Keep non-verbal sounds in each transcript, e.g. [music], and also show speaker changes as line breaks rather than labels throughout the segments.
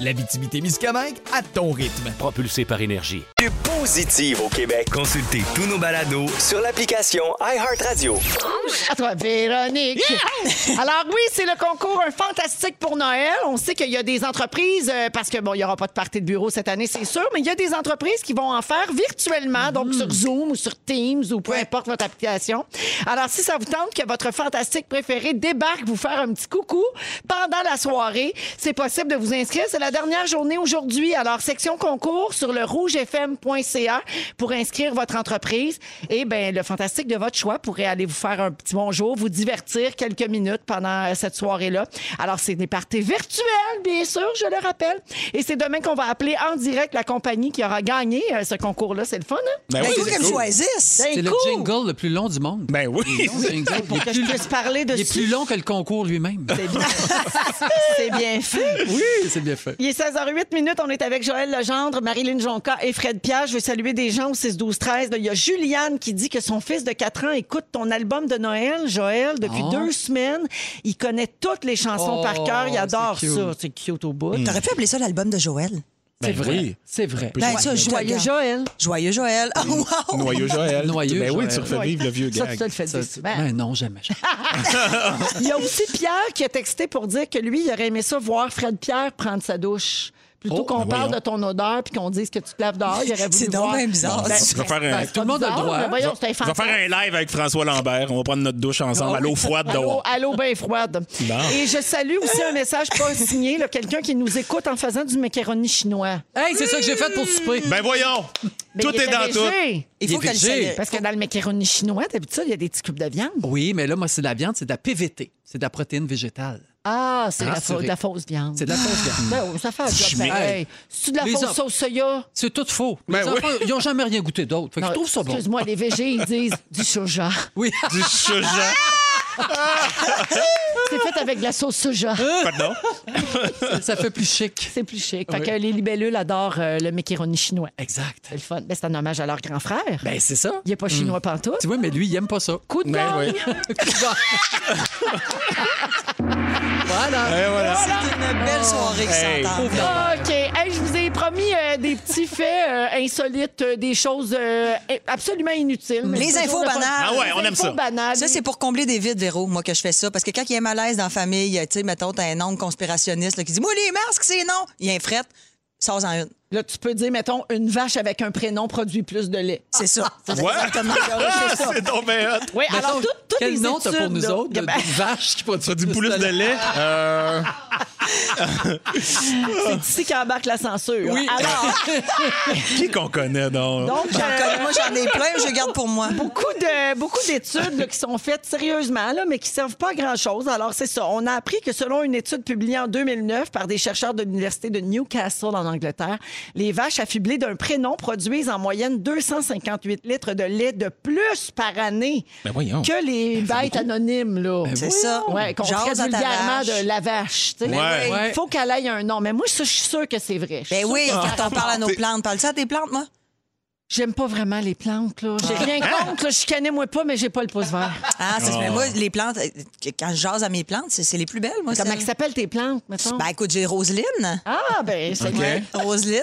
L'Abitibi-Témiscamingue à ton rythme.
Propulsé par énergie.
plus positive au Québec. Consultez tous nos balados sur l'application iHeartRadio.
À toi, Véronique. Alors oui, c'est le concours Un Fantastique pour Noël. On sait qu'il y a des entreprises, euh, parce que bon, il n'y aura pas de partie de bureau cette année, c'est sûr, mais il y a des entreprises qui vont en faire virtuellement, donc sur Zoom ou sur Teams ou peu importe votre application. Alors si ça vous tente que votre fantastique préféré débarque vous faire un petit coucou pendant la soirée, c'est possible de vous inscrire. C'est la dernière journée aujourd'hui. Alors section concours sur le rougefm.ca pour inscrire votre entreprise. Et ben le fantastique de votre choix pourrait aller vous faire un petit bonjour, vous divertir quelques minutes pendant euh, cette soirée-là. Alors, c'est des parties virtuelles, bien sûr, je le rappelle. Et c'est demain qu'on va appeler en direct la compagnie qui aura gagné euh, ce concours-là. C'est le fun, hein?
Ben oui, Ben, c'est faut qu'elle cool. choisisse.
C'est
Ben,
le
cool.
jingle le plus long du monde. Ben oui. [laughs]
Pour que je puisse parler
Il est
dessus.
plus long que le concours lui-même.
[laughs] C'est bien fait.
[laughs] Oui, c'est bien fait.
Il est 16h08 minutes. On est avec Joël Legendre, Marilyn Jonca et Fred Pierre. Je veux saluer des gens au 6 12 13. Il y a Juliane qui dit que son fils de 4 ans écoute ton album de Noël, Joël, depuis
Ah.
deux semaines. Il connaît toutes les chansons
Oh,
par cœur. Il adore
c'est cute. Hmm.
ça. C'est cute au bout.
T'aurais pu appeler ça l'album de Joël.
C'est vrai. C'est vrai.
Ben, ça, Joyeux
Joël.
Joyeux Joël. Ah, wow!
Noyeux Joël.
Noyeux
Ben oui,
Joël.
tu refais vivre le vieux
Ça,
gag.
tu te le fais dire
tu-
souvent.
Ben non, jamais. [laughs] jamais.
Il y a aussi Pierre qui a texté pour dire que lui, il aurait aimé ça voir Fred Pierre prendre sa douche. Plutôt
Oh,
qu'on
ben
parle
voyons.
de ton odeur puis qu'on dise que tu te laves dehors, il aurait voulu
C'est donc
voir.
bien bizarre.
Ben,
Je vais faire
ben,
un-
c'est pas bizarre, mais voyons, c'est un
Je vais
fantasme.
faire un live avec François Lambert. On va prendre notre douche ensemble à l'eau froide
Allô,
dehors.
allô bien froide.
Bon.
Et je salue aussi un message pas signé, là, quelqu'un qui nous écoute en faisant du macaroni chinois.
Hey, c'est ça que j'ai fait pour souper.
Ben voyons.
Mais
Tout
il
est
était
dans
léger.
tout. Il est léger.
Parce que dans le macaroni chinois, d'habitude, il y a des petits cubes de viande.
Oui, mais là, moi, c'est de la viande, c'est de la PVT. C'est de la protéine végétale.
Ah, c'est de la,
Ah, c'est
fa- de la
vrai.
fausse viande.
C'est de la fausse viande.
Ben, oui, ça fait un job
Chimie.
pareil. C'est de la
Les
fausse
hommes.
sauce soya.
C'est tout faux. Les
Ben oui.
enfants, ils n'ont jamais rien goûté d'autre. Fait que
Non,
je trouve ça bon.
Excuse-moi, les végés, ils disent du soja.
Oui. [laughs]
Du soja.
C'est fait avec de la sauce soja.
Hein?
Pardon?
ça fait plus chic.
C'est plus chic. Fait
Oui.
que les libellules adorent euh, le macaroni chinois.
Exact.
C'est le fun. Ben, c'est un hommage à leur grand frère.
Ben, c'est ça.
Il n'est pas chinois pantoute.
Tu vois, mais lui, il aime pas ça.
Coup de
Ben
gagne.
[laughs] Voilà.
Ben
C'est une belle soirée qui
Hey.
s'entend.
OK. Hey, je vous ai promis euh, des petits faits euh, insolites, euh, des choses euh, absolument inutiles. mais
Les
c'est toujours
infos
le fun.
banales. Ah
ouais, on
Les
aime
infos
ça.
banales.
Ça, c'est pour combler des vides, Véro, moi, que je fais ça. Parce que quand il y a un malaise dans la famille, tu sais, mettons, t'as un oncle conspirationniste là, qui dit Moi, les masques, c'est non. Il y a un fret, sors-en une.
Là, tu peux dire, mettons, une vache avec un prénom produit plus de lait.
C'est ça. C'est
Ouais.
exactement
Ah,
ça.
[laughs]
C'est ça.
c'est tombé hot.
Oui, alors,
Mettons,
tout, toutes
Quel
les
nom t'as pour
études,
nous
là, [laughs]
autres de,
ben,
de [laughs] vache qui produit
Ça dit poulet de
lait?
lait. Euh,
C'est ici qu'embarque la censure.
Oui.
[laughs] Alors,
qui qu'on connaît, donc?
donc, euh,
Comme moi, j'en ai plein, je garde pour moi.
beaucoup de beaucoup d'études là, qui sont faites sérieusement là, mais qui servent pas à grand chose. Alors c'est ça. On a appris que selon une étude publiée en 2009 par des chercheurs de l'université de Newcastle en Angleterre, les vaches affublées d'un prénom produisent en moyenne 258 litres de lait de plus par année
Ben voyons.
que les bêtes anonymes là.
Ben C'est ça.
Ouais, qu'on
Jase
traite
à ta
vulgairement
vache.
de la vache. tu sais.
Ouais.
Ouais.
Faut qu'elle aille un nom. Mais moi, ça, je suis sûre que c'est vrai. Je suis
Ben
sûre
oui,
que ça
quand on parle à nos plantes, parle-tu à tes plantes, moi?
J'aime pas vraiment les plantes, là. J'ai rien contre, là. Je connais moi pas, mais j'ai pas le pouce vert.
Ah, c'est mais moi, les plantes, euh, quand je jase à mes plantes, c'est c'est les plus belles, moi.
Comment
celles-
elles s'appellent tes plantes, mettons?
Ben écoute, j'ai Roseline.
Ah, ben, c'est
OK.
Roseline.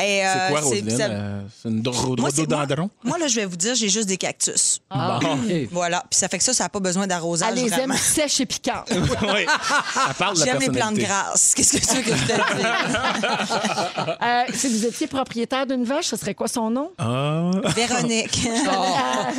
Et, euh,
C'est quoi, Roselyne?
ça-
Euh, C'est une dro-
Moi, c'est- [laughs]
rhododendron?
Moi, là, je vais vous dire, j'ai juste des cactus.
Ok.
Voilà. Puis ça fait que ça, ça n'a pas besoin d'arrosage.
Ah, Elle les aime
vraiment.
sèches et piquantes.
Oui. Elle parle de la
J'aime les plantes
personnalité.
grasses. Qu'est-ce que tu veux que je te dise?
Euh, si vous étiez propriétaire d'une vache, ce serait quoi son nom?
Ah.
Véronique.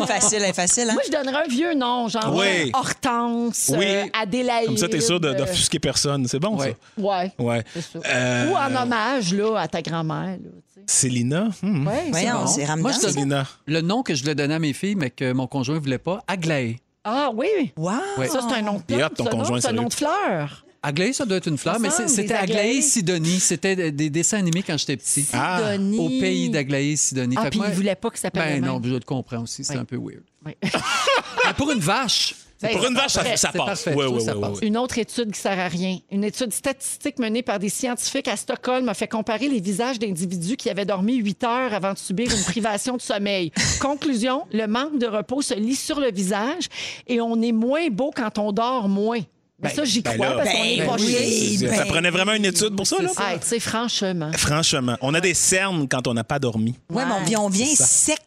facile, hein, facile, hein?
Moi, je donnerais un vieux nom, genre
Oui.
euh, Hortense,
Oui.
euh, Adélaïde.
Comme ça, t'es sûr de- d'offusquer personne. C'est bon,
Ouais.
ça?
euh, Ouais.
Ouais.
c'est ça.
Euh,
Ou en hommage, là, à ta grand-mère. là, tu sais.
Célina? Hmm.
Ouais, c'est
Voyons,
bon.
c'est
Moi,
ramenant.
Ah,
je te
Célina.
le nom que je voulais donner à mes filles, mais que mon conjoint ne voulait pas, Aglaé.
Ah oui,
Wow!
Ouais.
ça, c'est un nom de
Il
plante,
hâte, ton
ça, non?
conjoint,
C'est un
sérieux.
nom de fleur.
Aglaé, ça doit être une fleur,
Ça
mais
semble,
c'est- c'était
des Aglaé.
Aglaé Sidonie. C'était des- des dessins animés quand j'étais petit.
Ah.
Sidonie.
Au pays d'Aglaé Sidonie.
Ah,
Fait que
puis
moi-
il voulait pas que ça s'appelle
Ben
le
non,
même.
[laughs] je le comprends aussi, c'est un peu weird.
Oui.
Mais pour une vache,
Ben,
Pour une vache, ça,
parfait.
ça passe. Ouais, ouais, ouais, ouais.
Une autre étude qui sert à rien. Une étude statistique menée par des scientifiques à Stockholm a fait comparer les visages d'individus qui avaient dormi 8 heures avant de subir une privation de
[laughs]
sommeil. Conclusion, le manque de repos se lit sur le visage et on est moins beau quand on dort moins. Mais ça, j'y
ben
crois
là.
parce qu'on est
Ben
pas
oui,
chier.
c'est- Ça prenait vraiment une étude pour ça, là?
Ah, tu sais, franchement.
Franchement, on a des cernes quand on n'a pas dormi.
Ouais, mais on vient, on vient sec.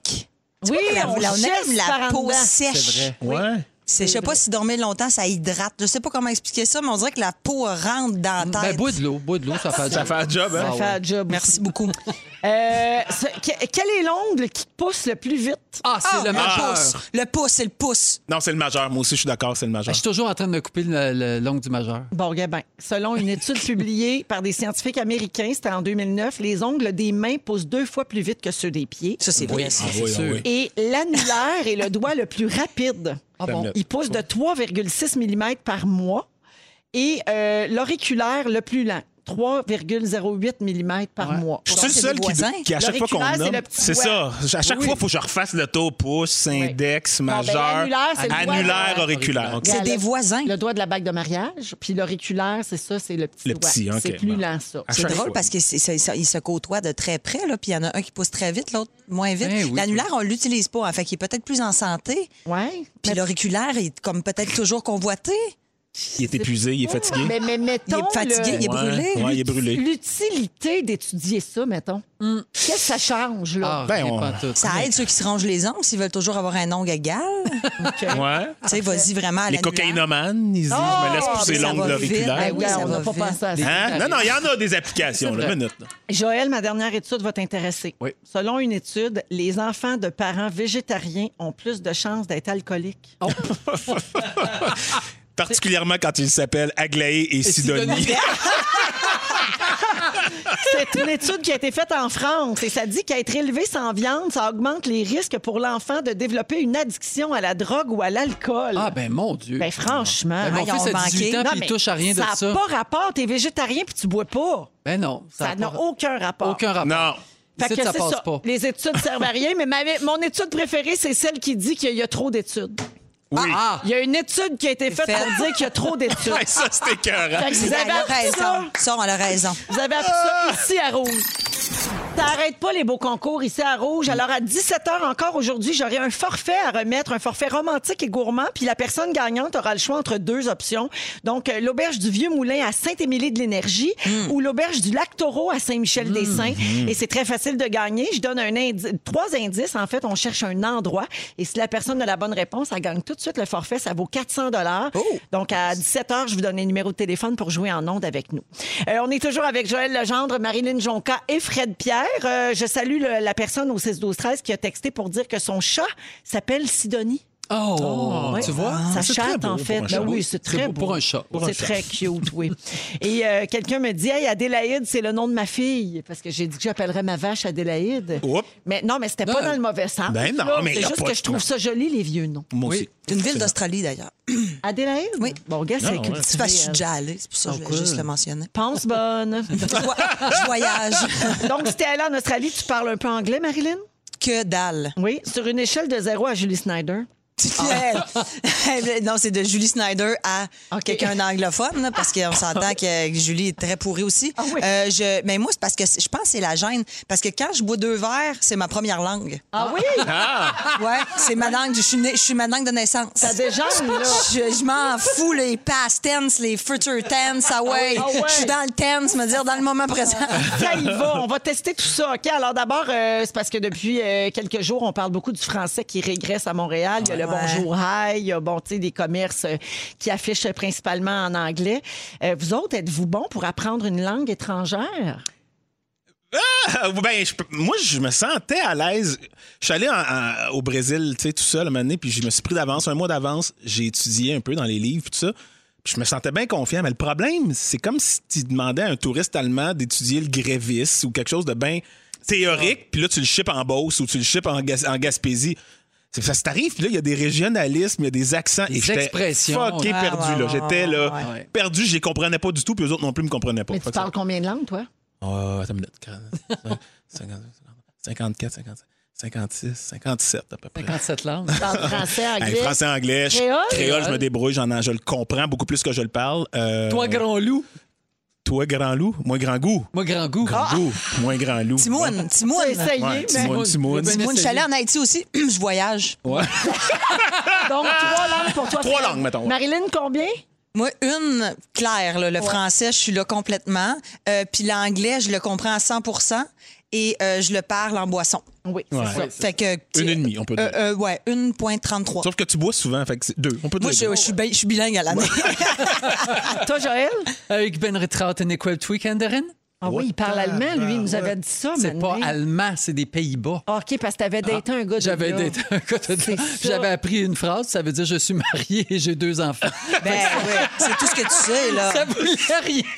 Tu
Oui,
vois,
on
on, aime
geste
la
par en
peau
dedans.
sèche.
Ouais.
C'est- Je sais pas si dormir longtemps, ça hydrate. Je sais pas comment expliquer ça, mais on dirait que la peau rentre dans la
Ben,
tête.
bois de l'eau, bois de l'eau, ça fait un
Ça fait un job, hein?
Ça fait un job.
Merci beaucoup.
Euh, ce- que- quel est l'ongle qui pousse le plus vite?
Ah, c'est
Ah,
le majeur.
pouce. Le pouce, c'est le pouce.
Non, c'est le majeur. Moi aussi, je suis d'accord, c'est le
Je
majeur.
suis toujours en train de me couper le- le- l'ongle du majeur.
Bon, Gabin, selon une
[laughs]
étude publiée par des scientifiques américains, c'était en 2009, les ongles des mains poussent deux fois plus vite que ceux des pieds.
Ça, c'est vrai. ça.
Ah oui, ah
sûr.
oui.
Et l'annulaire est le doigt le plus rapide.
Ah bon?
Il pousse de 3,6 mm par mois. Et euh, l'auriculaire le plus lent, 3,08 mm par mois.
Je suis le
c'est
seul
des
qui,
voisins.
qui, à chaque fois qu'on
L'auriculaire, c'est
nomme,
le petit
c'est ça.
doigt.
À chaque
Oui.
fois, il faut que je refasse le taux pouce, index,
ben,
majeur,
l'annulaire, c'est le doigt,
annulaire,
là.
auriculaire. OK.
C'est
Gars,
des
le-
voisins.
Le doigt de la bague de mariage, puis l'auriculaire, c'est ça, c'est le petit
Le
doigt.
petit, hein, ok,
C'est plus
bon.
lent, ça.
À
C'est
chaque
drôle
fois.
parce qu'ils se côtoient de très près, là, puis il y en a un qui pousse très vite, l'autre moins vite.
Ben
Eh oui.
L'annulaire, on l'utilise pas, en fait, il est peut-être plus en santé.
Ouais.
Puis l'auriculaire est comme peut-être toujours convoité.
Il est épuisé, il est fatigué.
Mais, mais
Il
mettons.
est fatigué,
le-
il est brûlé.
Ouais, ouais, il
[laughs]
est brûlé.
L'utilité d'étudier ça, mettons. Qu'est-ce que ça change, là?
Ah,
Ben,
rien
on-
pas tout.
Ça aide ceux qui se rangent les ongles s'ils veulent toujours avoir un ongle égal.
[laughs] Ouais.
tu sais, vas-y vraiment à
Les
l'annulaire.
cocaïnomanes, ils disent, je me laisse
Ah,
pousser
ben, ça
l'ongle
va vite.
auriculaire.
Ben oui, ça
on n'a
va
pas
vite.
pensé à ça.
Hein? Non, non, il y en a des applications. Là, minute. là.
Joël, ma dernière étude va t'intéresser.
Oui.
Selon une étude, les enfants de parents végétariens ont plus de chances d'être alcooliques.
Particulièrement quand ils s'appellent Aglaé et Sidonie.
[laughs] C'est une étude qui a été faite en France et ça dit qu'être élevé sans viande, ça augmente les risques pour l'enfant de développer une addiction à la drogue ou à l'alcool.
Ah, ben, mon Dieu.
Ben, franchement.
Ben, mon
ils ont
fils a 18
manqué.
ans,
Non,
puis
mais
il touche à rien de
Ça
ça.
n'a pas rapport. T'es végétarien puis tu bois pas.
Ben non,
Ça
a
n'a
pas-
aucun rapport.
Aucun rapport.
Non.
Fait
Ici,
que
ça
c'est
passe
ça.
pas.
Les études servent à rien, mais ma- mon étude préférée, c'est celle qui dit qu'il y a trop d'études.
Oui.
Ah,
Il y a une étude qui a été faite
Fait.
pour dire qu'il y a trop d'études.
Hey, [laughs] ça, c'était écœurant.
Fait que vous
Elle
avez
a
appris ça.
raison. Ça, on a raison.
Vous avez appris
Ah.
ça ici à Rouge. Ça n'arrête pas les beaux concours ici à Rouge. Alors, à 17h encore aujourd'hui, j'aurai un forfait à remettre, un forfait romantique et gourmand. Puis la personne gagnante aura le choix entre deux options. Donc, euh, l'auberge du Vieux Moulin à Saint-Émilie-de-l'Énergie
Hmm.
ou l'auberge du Lac Taureau à Saint-Michel-des-Saints. Et c'est très facile de gagner. Je donne un indi- trois indices. En fait, on cherche un endroit. Et si la personne a la bonne réponse, elle gagne tout de suite le forfait. Ça vaut 400 Donc, à 17h, je vous donne les numéros de téléphone pour jouer en ondes avec nous. Euh, on est toujours avec Joël Legendre, Marilyn Jonca et Fred Pierre. Euh, je salue le- la personne au 6-12-13 qui a texté pour dire que son chat s'appelle Sidonie.
Oh,
Ouais.
tu vois?
Ça
Ah. c'est très
chatte,
beau
en
pour
fait.
un
Ben
chat.
oui, c'est
C'est
très
beau
beau.
pour un chat. Pour un
C'est très cute, oui. Et euh, quelqu'un me dit, Hey, Adélaïde, c'est le nom de ma fille, parce que j'ai dit que j'appellerais ma vache Adélaïde.
Oups.
Mais non, mais c'était pas
Non.
dans le mauvais sens.
Ben non,
là.
mais y
c'est
a
juste
pas
que
de-
je trouve ça joli, les vieux noms.
Moi aussi. [laughs]
Une ville d'Australie, d'ailleurs.
Adélaïde?
Oui.
Bon, gars, c'est
Non, ouais.
C'est
cultivé.
parce que je suis
elle.
déjà allée. C'est pour ça que je voulais juste le
[laughs]
mentionner.
Pense
[laughs]
bonne.
Je voy- je voyage.
Donc, si t'es allée en Australie, tu parles un peu anglais, Marilyn?
Que dalle.
Oui. Sur une échelle de zéro à Julie Snyder.
Elle- [laughs] non, c'est de Julie Snyder à
Ah. OK.
quelqu'un d'anglophone, là, parce qu'on s'entend que que Julie est très pourrie aussi.
Ah oui.
Euh, je, mais moi, c'est parce que c'est- je pense que c'est la gêne. Parce que quand je bois deux verres, c'est ma première langue.
Ah oui?
Ouais, c'est ma langue. Je suis, née- je suis ma langue de naissance.
Ah. Ça déjeune, là.
Je, je m'en fous, les past tense, les future tense, ah ouais.
Ah ouais. Ah.
Je suis dans le tense, me dire dans le moment présent.
Ça y va, on va tester tout ça. OK, alors d'abord, euh, c'est parce que depuis euh, quelques jours, on parle beaucoup du français qui régresse à Montréal. Il y a le
Ouais.
bonjour, hi, il y a bon, tu sais, des commerces euh, qui affichent euh, principalement en anglais. Euh, vous autres, êtes-vous bons pour apprendre une langue étrangère?
Ah, ben, je peux- moi, je me sentais à l'aise. Je suis allé en- en- au Brésil, tu sais, tout seul, un moment donné, puis je me suis pris d'avance, un mois d'avance. J'ai étudié un peu dans les livres, tout ça. Puis je me sentais bien confiant. Mais le problème, c'est comme si tu demandais à un touriste allemand d'étudier le grévis ou quelque chose de bien
Ah.
théorique, puis là, tu le ships en Beauce ou tu le ships en, Gas- en Gaspésie. C'est- Ça se t'arrive, puis là, il y a des régionalismes, il y a des accents.
Des
et j'étais
expressions.
fucké
Ouais,
perdu,
Ah, ouais,
là.
ouais,
J'étais,
Ah,
là,
ouais,
ouais.
perdu, je les comprenais pas du tout, puis eux autres non plus me comprenaient pas.
Mais
Fait
tu
que ça-
parles
Ah,
combien de langues, toi?
Oh, attends une minute. 40, 50, 54, 55, 56, 57 à peu près.
57 langues.
Euh,
[laughs] Parle français,
Hey,
anglais.
français, anglais. je-
Créole?
Créole, je me débrouille, j'en, je le comprends beaucoup plus que je le parle. Euh,
Toi, grand loup.
Toi, grand loup. Moi, grand goût.
Moi, grand goût.
Grand goût. Moi, grand loup.
Timoun, Timoun.
Essayez,
Ouais,
mais...
Timoun, Timoun.
Timoun.
Timoun, je suis allée en Haïti aussi. [clears throat] je voyage.
Ouais.
Donc, trois langues pour toi.
Trois
Fred.
langues, mettons.
Marilyn, combien?
Moi, une, claire, là, le français, je suis là complètement. Euh, Puis l'anglais, je le comprends à 100 et euh, je le parle en boisson.
Oui, c'est
Ouais.
ça.
Fait que.
Une et demie, on peut dire.
Euh, euh, ouais, 1,33.
Sauf que tu bois souvent, fait que c'est deux. On peut dire.
Moi, je,
deux.
je suis, bi- je suis bilingue à l'année.
Toi, Joël?
Euh, Ich bin retraut in Equipped Weekenderen.
Ah oui, il parle allemand, lui. Il nous avait dit ça,
C'est pas
maintenant.
allemand, c'est des Pays-Bas.
Ah, OK, parce que t'avais daté un gars de
J'avais
là.
des- [laughs] un côté de-
C'est ça.
J'avais appris une phrase, ça veut dire je suis marié et j'ai
[laughs]
deux enfants.
ben, ouais, [laughs] c'est tout ce que tu sais,
Ah.
[laughs]
là.
Ça voulait rien.
[laughs]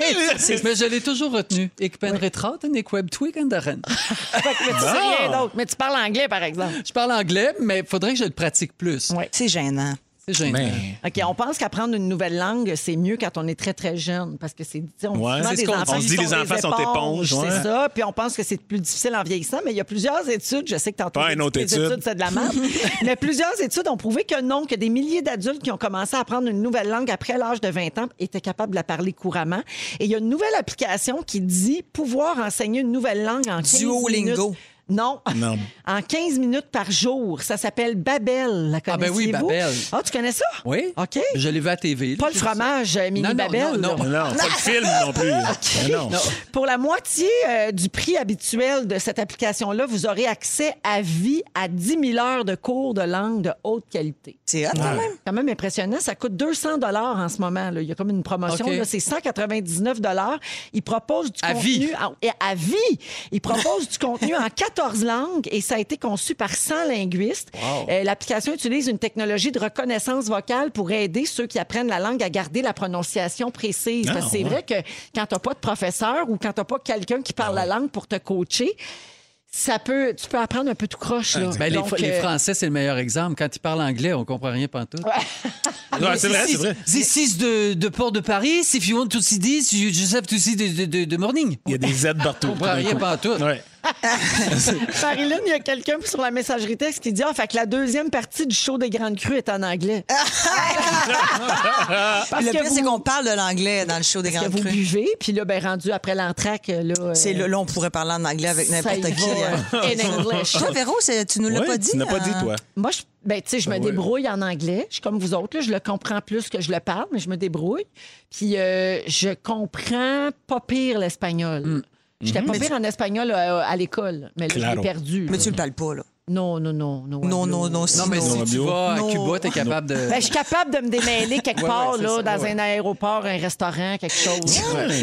Mais je l'ai toujours retenu. ben Ich bin retraut in Equipped Weekenderen.
Fait que- mais tu sais rien d'autre. Mais tu parles anglais, par exemple.
Je parle anglais, mais il faudrait que je le pratique plus.
Ouais.
C'est gênant.
C'est gênant.
Mais-
OK, on pense qu'apprendre une nouvelle langue, c'est mieux quand on est très, très jeune, parce que c'est tu sais, on dit
Ouais.
souvent
C'est ce
des
qu'on
enfants
dit. On
qui
dit les
des
enfants sont éponges, ouais.
C'est ça. Puis on pense que c'est plus difficile en vieillissant, mais il y a plusieurs études, je sais que tantôt,
Pas
j'ai
une
dit
autre
que les
étude.
études, c'est de la
[laughs]
merde, mais plusieurs études ont prouvé que non, que des milliers d'adultes qui ont commencé à apprendre une nouvelle langue après l'âge de 20 ans étaient capables de la parler couramment. Et il y a une nouvelle application qui dit pouvoir enseigner une nouvelle langue en 15
Duolingo.
minutes. Non.
Non.
[laughs] En 15 minutes par jour. Ça s'appelle Babel. La
Ah ben oui,
connaissiez-vous?
Babel.
Ah, tu connais ça?
Oui.
OK.
Je l'ai vu à la TV. là.
Pas le fromage, euh, Mini
Non, non,
Babel.
non,
là.
non.
Non, pas le film non plus. Mais non.
Pour la moitié euh, du prix habituel de cette application-là, vous aurez accès à vie à 10 000 heures de cours de langue de haute qualité.
C'est hot, quand même.
Quand même impressionnant. Ça coûte 200 dollars en ce moment. là. Il y a comme une promotion.
OK.
là, C'est 199 dollars. Ils proposent du
À
contenu
vie.
en- et à vie. Ils proposent du contenu
[laughs]
en 14 langues et ça a été conçu par 100 linguistes. Euh, L'application utilise une technologie de reconnaissance vocale pour aider ceux qui apprennent la langue à garder la prononciation précise.
Ah,
Parce que c'est
ouais.
vrai que quand t'as pas de professeur ou quand t'as pas quelqu'un qui parle
Ah,
la langue pour te coacher, ça peut, tu peux apprendre un peu tout croche. là.
Ben, les,
Donc,
Fr- les
euh,
Français, c'est le meilleur exemple. Quand ils parlent anglais, on comprend rien pantoute.
Ouais, Ah, c'est vrai, c'est vrai.
This is the, the port de Paris. If you want to see this, you just have to see the, the- the- the morning.
Il y a des Z
On
partout.
comprend rien pantoute.
Ouais.
[laughs] Marilyn, il y a quelqu'un sur la messagerie texte qui dit Ah, fait que la deuxième partie du show des Grandes Crues est en
[laughs]
anglais. parce
le
que
pire, c'est
vous,
qu'on parle de l'anglais dans le show des
que
grandes
vous
crues.
buvez, puis là, ben, rendu après l'entraque, là. euh,
C'est là, là, on pourrait parler en anglais avec
ça y
n'importe qui.
va,
hein.
euh,
[laughs]
in English.
Toi, Véro, c'est- tu nous l'as
Ouais,
pas dit.
Tu n'as pas dit,
hein?
toi.
Moi, je, ben, tu sais, je me débrouille en anglais. Je suis comme vous autres, là, je le comprends plus que je le parle, mais je me débrouille. Puis euh, je comprends pas pire l'espagnol.
Mm.
J'étais
Mm-hmm.
pas pire en espagnol euh, à, l'école, mais là, je l'ai
Claro.
perdu.
Mais
là.
tu le parles pas, là.
Non, non, non, non.
Non, non, non,
Non, mais
sinon-
si tu vas à
Non.
Cuba, t'es capable de.
Ben, je suis capable de me démêler quelque
[laughs] Ouais,
part,
ouais, c'est
là,
ça,
dans
ouais.
un aéroport, un restaurant, quelque chose.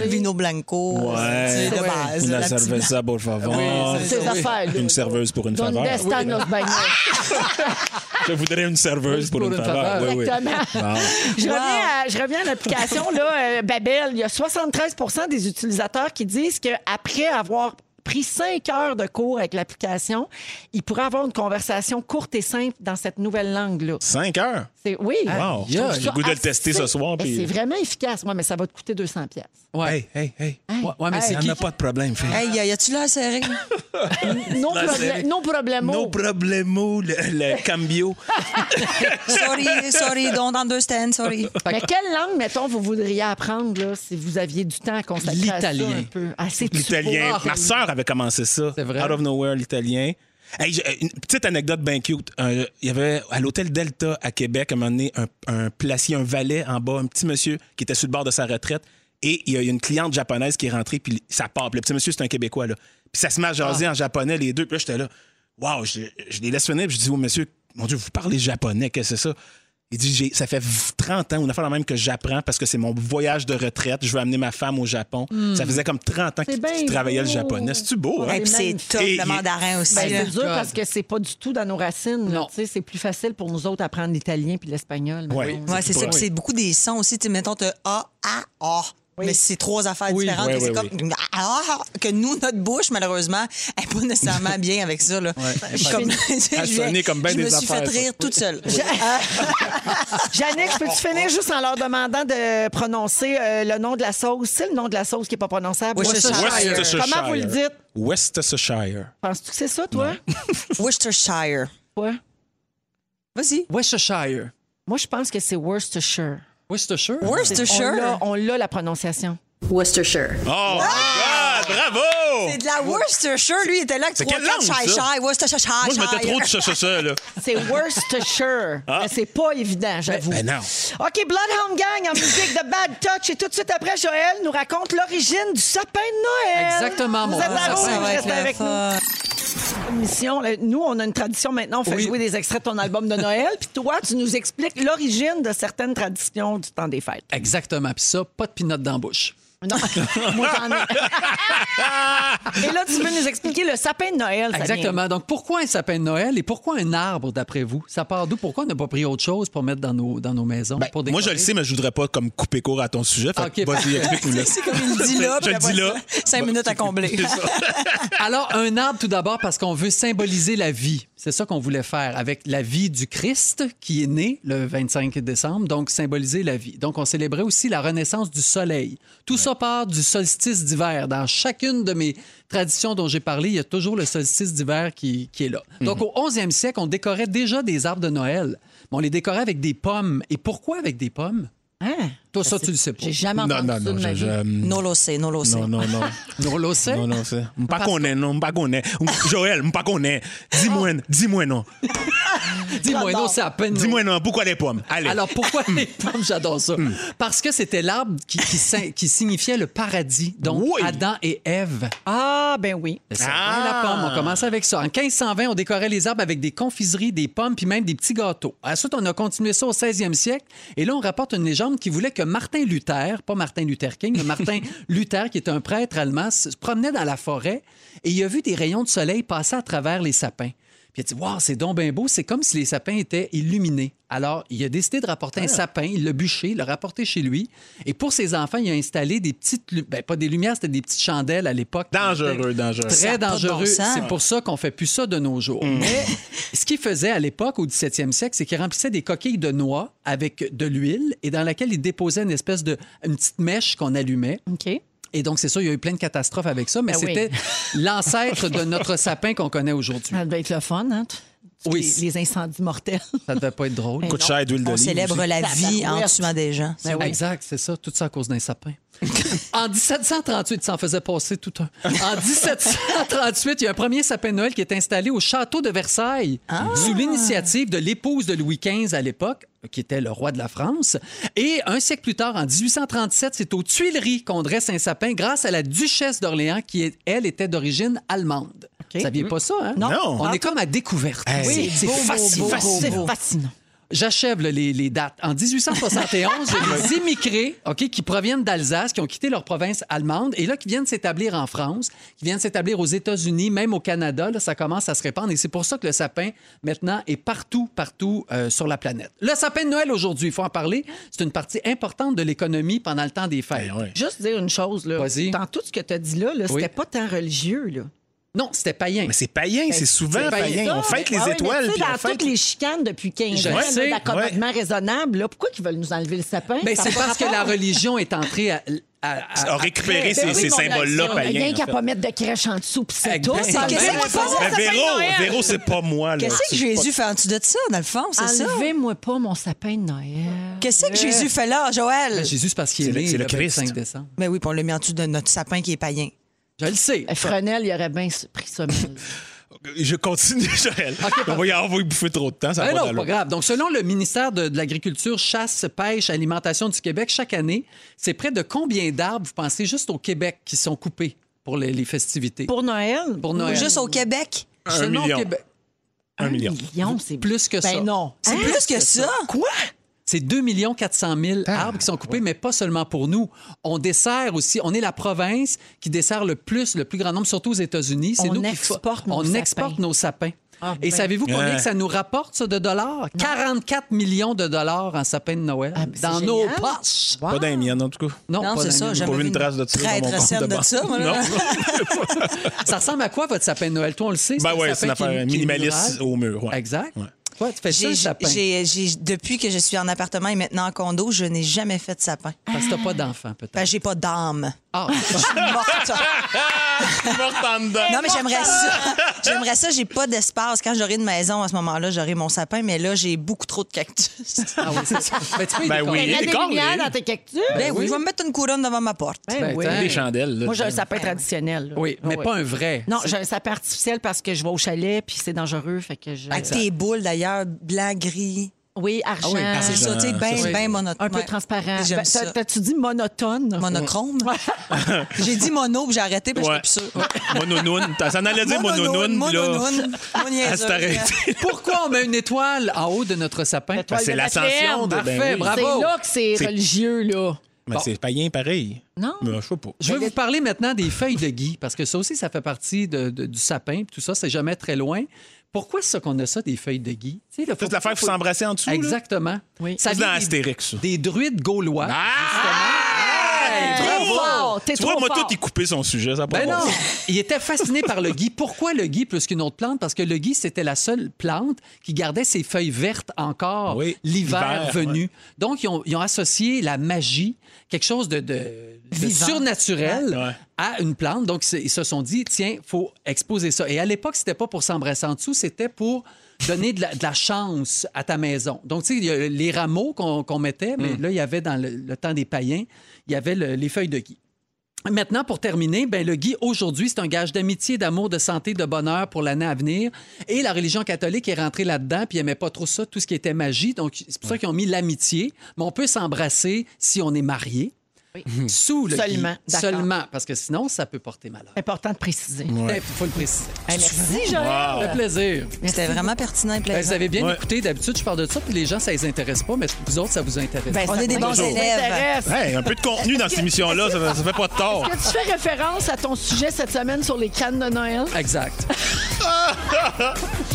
Vino Blanco,
Ouais.
c'est de base.
Une
la petite-
cerveza, por favor.
Oui,
Ces affaires-là.
Une serveuse pour une
Donde
faveur.
están los baños?
Je voudrais une serveuse pour, une faveur. Oui, oui.
Exactement. Je reviens à, je reviens à l'application là, euh, Babel. Il y a 73 des utilisateurs qui disent qu'après avoir pris cinq heures de cours avec l'application, ils pourraient avoir une conversation courte et simple dans cette nouvelle langue-là.
Cinq heures.
C'est, oui.
Wow.
Je trouve ça
J'ai Ah, le goût de le tester ce
assez-
soir,
Eh,
puis-
C'est vraiment efficace, moi, mais ça va te coûter 200 pièces.
[laughs]
Ouais.
Hey, hey, hey.
Ouais, ouais, mais c'est
Il n'y en a pas de problème, Phil.
Hey, y a- y a-tu l'air serré?
Non,
La série.
problème, non problemo.
No problemo, le, le cambio.
sorry, sorry, don't understand, sorry.
Mais quelle langue, mettons, vous voudriez apprendre là, si vous aviez du temps à consacrer à ça
L'italien.
un peu? Ah, c'est
L'italien.
super.
Ma sœur avait commencé ça.
C'est vrai.
Out of nowhere, l'italien. Hey, j'ai- une petite anecdote bien cute. Euh, Il y avait à l'hôtel Delta à Québec, à un moment donné, un, un placier, un valet en bas, un petit monsieur qui était sur le bord de sa retraite. Et il y a une cliente japonaise qui est rentrée, puis ça part. Puis le petit monsieur, c'est un Québécois, là. Puis ça se met à jaser
Ah.
en japonais, les deux. Puis là, j'étais là. Waouh, je, je les laisse finir. Puis je dis au monsieur, mon Dieu, vous parlez japonais, qu'est-ce que c'est ça? Il dit, J'ai- ça fait v- 30 ans, on a fait la même que j'apprends parce que c'est mon voyage de retraite. Je veux amener ma femme au Japon.
Hmm.
Ça faisait comme 30 ans
C'est
qu'il
bien
qu'il travaillait le
beau.
japonais. C'est-tu beau? hein?
Hey, puis c'est
magnifique.
top,
Et
le
il-
mandarin aussi. hein.
Ben,
là.
c'est dur
God.
parce que c'est pas du tout dans nos racines. là.
Non.
Tu sais, C'est plus facile pour nous autres d'apprendre l'italien puis l'espagnol.
Ouais.
[laughs] mettons.
Ouais, c'est ça.
pas-
Puis c'est beaucoup des sons aussi. Tu sais, mettons, t'as A, A, A. Mais c'est trois affaires
Oui.
différentes.
Oui,
c'est
oui,
comme Ah! que nous, notre bouche, malheureusement, elle n'est pas nécessairement bien avec ça. Là. Je- [laughs]
Elle
comme-
sonne-
je viens-
elle sonne comme ben
je
des
me suis fait
affaires, ça.
rire toute seule.
Jannick, peux-tu finir juste en leur demandant de prononcer euh, le nom de la sauce? C'est le nom de la sauce qui n'est pas prononçable.
Worcestershire.
Comment vous le dites?
Worcestershire.
Penses-tu que c'est ça, toi?
Worcestershire.
Ouais.
Vas-y.
Worcestershire.
Moi, je pense que c'est Worcestershire.
Worcestershire.
On l'a- On l'a, la prononciation. Worcestershire.
Oh, my God! Bravo!
C'est de la Worcestershire. Lui, il était là avec
C'est
trois,
quelle
quatre
langue,
chai
ça?
chai, Worcestershire.
Moi, je mettais trop de ça, ça, ça, là.
C'est Worcestershire. Mais c'est pas évident, j'avoue.
[laughs] Ah. Ben non.
OK, Bloodhound Gang en musique de Bad Touch. Et tout de suite après, Joël nous raconte l'origine du sapin de Noël.
Exactement,
Vous
mon
êtes
grand
à
sapin.
rouge,
Ça va être
restez
le
avec
fun.
nous. Mission, là, nous, on a une tradition maintenant, on fait
Oui.
jouer des extraits de ton album de Noël. Puis toi, tu nous expliques l'origine de certaines traditions du temps des fêtes.
Exactement. Puis ça, pas de pinotte dans la bouche.
Non, [laughs] moi j'en
[laughs]
ai. Et là, tu veux nous expliquer le sapin de Noël. ça vient
Exactement. Donc, pourquoi un sapin de Noël et pourquoi un arbre, d'après vous? Ça part d'où? Pourquoi on n'a pas pris autre chose pour mettre dans nos, dans nos maisons? pour
Ben, Moi, je
décorer?
le sais, mais je voudrais pas comme couper court à ton sujet. Fait que
Ok.
vas-y, [laughs] explique-nous.
[laughs] C'est comme il dit là.
Je
puis
le dis là.
après ça, Cinq minutes à combler.
Alors, un arbre tout d'abord parce qu'on veut symboliser la vie. C'est ça qu'on voulait faire avec la vie du Christ qui est né le 25 décembre, donc symboliser la vie. Donc, on célébrait aussi la renaissance du soleil. Tout ça part du solstice d'hiver. Dans chacune de mes traditions dont j'ai parlé, il y a toujours le solstice d'hiver qui, qui est là.
Mhm.
Donc, au 11e siècle, on décorait déjà des arbres de Noël. Mais on les décorait avec des pommes. Et pourquoi avec des pommes?
Hein?
Ben,
Toi, ça, tu le sais pas.
J'ai jamais
Non,
entendu
non,
ça
non.
de ma
je-
vie.
je-
Non, l'on sait, non, l'on sait.
Non, non, non.
Non, l'on sait.
Non, non, c'est. M'pas
Parce
qu'on est, non, m'pas qu'on est. Joël, m'pas qu'on est. Dis-moi, dis-moi non.
Dis-moi, non, c'est à peine.
Dis-moi non, pourquoi les pommes? Allez. Hmm.
Alors pourquoi les pommes? J'adore ça. Parce que c'était l'arbre qui, qui sin- qui signifiait le paradis. Donc
Oui.
Adam et Ève.
Ah, ben oui.
Le sapin
Ah.
et la pomme, on commençait avec ça. En 1520, on décorait les arbres avec des confiseries, des pommes, puis même des petits gâteaux. Ensuite, on a continué ça au 16e siècle. Et là, on rapporte une légende qui voulait que Martin Luther, pas Martin Luther King,
[laughs]
mais Martin Luther, qui est un prêtre allemand, se se promenait dans la forêt et il a vu des rayons de soleil passer à travers les sapins. Puis il a dit Waouh, c'est donc bien beau, c'est comme si les sapins étaient illuminés. Alors, il a décidé de
Ah!
rapporter un sapin, il l'a bûché, il l'a rapporté chez lui. Et pour ses enfants, il a installé des petites. lu- Ben, pas des lumières, c'était des petites chandelles à l'époque.
Dangereux, dangereux.
Ça a
Très
pas de
dangereux.
bon sens. Mm.
C'est pour ça qu'on fait plus ça de nos
[laughs]
jours. Mais ce qu'il faisait à l'époque, au 17e siècle, c'est qu'il remplissait des coquilles de noix avec de l'huile et dans laquelle il déposait une espèce de. une petite mèche qu'on allumait.
OK.
Et donc, c'est ça, il y a eu plein de catastrophes avec ça, mais
Ah
Ben oui.
c'était
[laughs]
l'ancêtre de notre sapin qu'on connaît aujourd'hui.
Ça devait être le fun, hein? t-
Oui.
Les, les incendies mortels.
Ça devait pas être drôle.
Coup de chair, d'huile
On
d'olive.
célèbre la vie en
Tabarouette.
tuant des gens.
Ben oui.
Exact, c'est ça, tout ça à cause d'un sapin. [laughs] en 1738, ça en faisait passer tout un. En 1738, il y a un premier sapin de Noël qui est installé au château de Versailles
Ah.
sous l'initiative de l'épouse de Louis XV à l'époque, qui était le roi de la France. Et un siècle plus tard, en 1837, c'est aux Tuileries qu'on dresse un sapin grâce à la duchesse d'Orléans qui, elle, était d'origine allemande. Vous saviez pas ça, hein?
Non.
On est comme à découverte.
Hey.
C'est- C'est
Beau, beau,
fascinant.
beau, beau,
C'est fascinant.
J'achève là, les, les dates. En 1871,
[laughs]
j'ai des immigrés ok, qui proviennent d'Alsace, qui ont quitté leur province allemande et là, qui viennent s'établir en France, qui viennent s'établir aux États-Unis, même au Canada. Là, ça commence à se répandre et c'est pour ça que le sapin, maintenant, est partout, partout euh, sur la planète. Le sapin de Noël aujourd'hui, il faut en parler, c'est une partie importante de l'économie pendant le temps des fêtes.
Eh ouais.
Juste dire une chose, là.
Vas-y.
Dans tout ce que tu as dit là, là, c'était
Oui.
pas tant religieux, là. Ah,
Non, c'était païen.
Mais c'est païen, c'est souvent
c'est païen.
païen. On fête les
Tu
étoiles.
sais,
puis on
dans
fête
toutes les chicanes depuis 15
Je
ans,
sais,
là, d'accommodement raisonnable, là, pourquoi ils veulent nous enlever le sapin?
Ben,
Ça
c'est
a pas
parce que
rapport.
la religion est entrée à. à- à-
a récupéré
Ben
ces,
oui,
ces
mon
symboles-là
Dieu,
païens.
Rien
en
qu'à
fait.
pas mettre de crèche en dessous, puis c'est tout.
Exactement.
ça.
Qu'est-ce
Ben,
que c'est
voyons,
ça,
Mais
sapin de
Véro,
Noël?
Véro, c'est pas moi. là.
Qu'est-ce que
Ah, C'est
Jésus fait en dessous de ça, dans le fond, c'est ça?
Enlevez-moi pas mon sapin de Noël.
Qu'est-ce que Jésus fait là, Joël?
Jésus, c'est parce qu'il est,
C'est le-
né
c'est le
le,
Christ.
25 décembre.
Ben oui, puis on l'a mis en dessous de notre sapin qui est païen.
Je le sais.
Eh, Fresnel, il aurait bien pris ça. mais-
Je continue, Joël. on va y avoir on va y bouffer trop de temps. Ça
Ah
va
non,
Eh pas
pas
d'allure.
grave. Donc, selon le ministère de, de l'Agriculture, Chasse, Pêche, Alimentation du Québec, chaque année, c'est près de combien d'arbres, vous pensez, juste au Québec, qui sont coupés pour les, les festivités?
Pour Noël?
[laughs] Pour Noël.
Juste au Québec?
Un
Seulement au
million.
Québec.
Un million.
million, c'est
Plus que ça. Hein?
Ben non.
C'est plus que ça.
Quoi?
C'est 2 400 000
Ah,
arbres qui sont coupés, mais pas seulement pour nous. On dessert aussi, on est la province qui dessert le plus, le plus grand nombre, surtout aux États-Unis. C'est
On
nous qui fa-
exporte nos
On
sapins.
exporte nos sapins. Et savez-vous combien que ça nous rapporte, ça, de dollars? 44 millions de dollars en sapin de Noël
Ah, c'est
dans
génial.
nos poches.
Pas d'un mien, en tout cas.
Non,
Non,
pas
c'est
dans
ça.
les
J'ai
pas vu une trace de ça dans mon
Traître
compte
scène
de
de
banque.
ça, moi, là.
Ça ressemble à quoi votre sapin de Noël? Toi, on le sait.
Ben
un
ouais, c'est une
sapin qui-
affaire
qui est
minimaliste
mural.
au mur. ouais.
Exact.
Ouais.
Toi, tu fais ça,
J'ai-
le sapin.
j'ai- j'ai- Depuis que je suis en appartement et maintenant en condo, je n'ai jamais fait de sapin.
Parce que t'as pas d'enfant,
Ben,
peut-être.
j'ai pas d'âme.
Ah,
[laughs] Morte. Non, mais j'aimerais ça. J'aimerais ça. J'ai pas d'espace. Quand j'aurai une maison, à ce moment-là, j'aurai mon sapin, mais là, j'ai beaucoup trop de cactus.
ah oui, c'est ça. [laughs] Ben, tu peux y
Ben
décorer.
oui,
Il y a
les
des
corps,
lumières
les-
dans tes cactus.
Ben oui, je vais me mettre une couronne devant ma porte.
Ben oui.
Ben,
Des chandelles. là,
Moi, j'ai un
dedans. [laughs]
sapin traditionnel. là.
Ah Oui, mais
Ouais.
pas un vrai.
Non, j'ai un sapin artificiel parce que je vais au chalet puis c'est dangereux. Fait que je...
Ah,
Avec tes boules, d'ailleurs, blanc, gris.
Oui, argent.
Ah, c'est ça, tu sais, bien,
c'est-
bien monotone.
un peu transparent.
J'aime
Ben,
ça.
t'as- T'as-tu dit monotone?
Monochrome. [laughs] J'ai dit mono, puis j'ai arrêté, parce que
Ouais.
j'étais plus sûre.
Mononoun. T'as- Ça en allait dire mononoun. puis [laughs] là,
mononoun,
Elle s'est arrêtée.
Pourquoi on met une étoile en haut de notre sapin?
Ben, c'est l'ascension de.
Parfait,
ben oui.
bravo.
C'est là que c'est
C'est-
religieux, là.
Mais c'est païen pareil.
Non.
Mais je sais pas.
Je veux vous parler maintenant des feuilles de gui, parce que ça aussi, ça fait partie de- de- du sapin, puis tout ça, c'est jamais très loin. Pourquoi c'est ça qu'on a ça, des feuilles de gui? Tu sais, là, faut-
Toute l'affaire, il faut s'embrasser en dessous. là.
Exactement.
Oui.
Ça
C'est dans
vient des-
Astérix, ça.
Des druides gaulois.
Ah!
Hey,
Trop
trop fort,
Tu
t'es
vois,
trop
moi,
fort.
tout est coupé son sujet, ça a pas
Ben
de bon
non!
sens.
Il était fasciné par le gui. Pourquoi le gui plus qu'une autre plante? Parce que le gui, c'était la seule plante qui gardait ses feuilles vertes encore
Oui,
l'hiver
l'hiver,
venu. Donc, ils ont, ils ont associé la magie, quelque chose de, de- de surnaturel,
Ouais.
à une plante. Donc, c'est- ils se sont dit, tiens, faut exposer ça. Et à l'époque, c'était pas pour s'embrasser en dessous, c'était pour donner de la, de la chance à ta maison. Donc, tu sais, il y a les rameaux qu'on qu'on mettait, mais
Hmm.
là, il y avait dans le, le temps des païens, il y avait le- les feuilles de gui. Maintenant, pour terminer, ben, le gui aujourd'hui, c'est un gage d'amitié, d'amour, de santé, de bonheur pour l'année à venir. Et la religion catholique est rentrée là-dedans, puis n'aimait pas trop ça, tout ce qui était magie. Donc, c'est pour ça qu'ils ont mis l'amitié. Mais on peut s'embrasser si on est marié. Mmh. Sous le gui.
Seulement, d'accord.
Seulement, parce que sinon, ça peut porter malheur.
Important de préciser.
Il faut le préciser.
Merci, Joël.
Ah. [laughs]
Ça fait plaisir.
C'était vraiment pertinent et
Ben, vous
plaisant.
avez bien
Ouais.
écouté. D'habitude, je parle de ça, puis les gens, ça les intéresse pas, mais vous autres, ça vous intéresse.
Ben,
On
ça
est des bons
m'intéresse.
élèves.
Hey, un peu de contenu dans cette émission-là, ça, ça fait pas de tort.
Que tu fais référence à ton sujet cette semaine sur les cannes de Noël? [laughs]
Exact.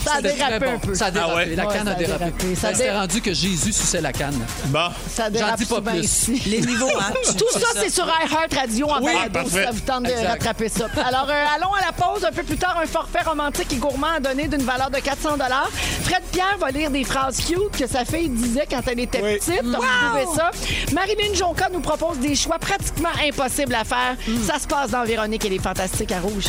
Ça a
C'était
dérapé
très bon.
un peu.
Ça a dérapé.
Ah ouais?
La
Ouais,
canne
ça
a
a
dérapé.
dérapé. Ça
Ça
a
s'est
dé-
rendu que Jésus suçait la canne.
Bon.
Ça
J'en
dérape
dis pas
souvent
plus.
ben ici.
[laughs]
Les niveaux, hein?
Tout ça, c'est sur iHeart Radio en
Oui,
balado, si
parfait.
ça vous tente de
Exact.
rattraper ça. Alors, euh, allons à la pause. Un peu plus tard, un forfait romantique et gourmand à donner d'une valeur de 400 Fred Pierre va lire des phrases cute que sa fille disait quand elle était petite. On va trouver ça. Marilyn Jonca nous propose des choix pratiquement impossibles à faire.
Mm.
Ça se passe dans Véronique et les Fantastiques à Rouge.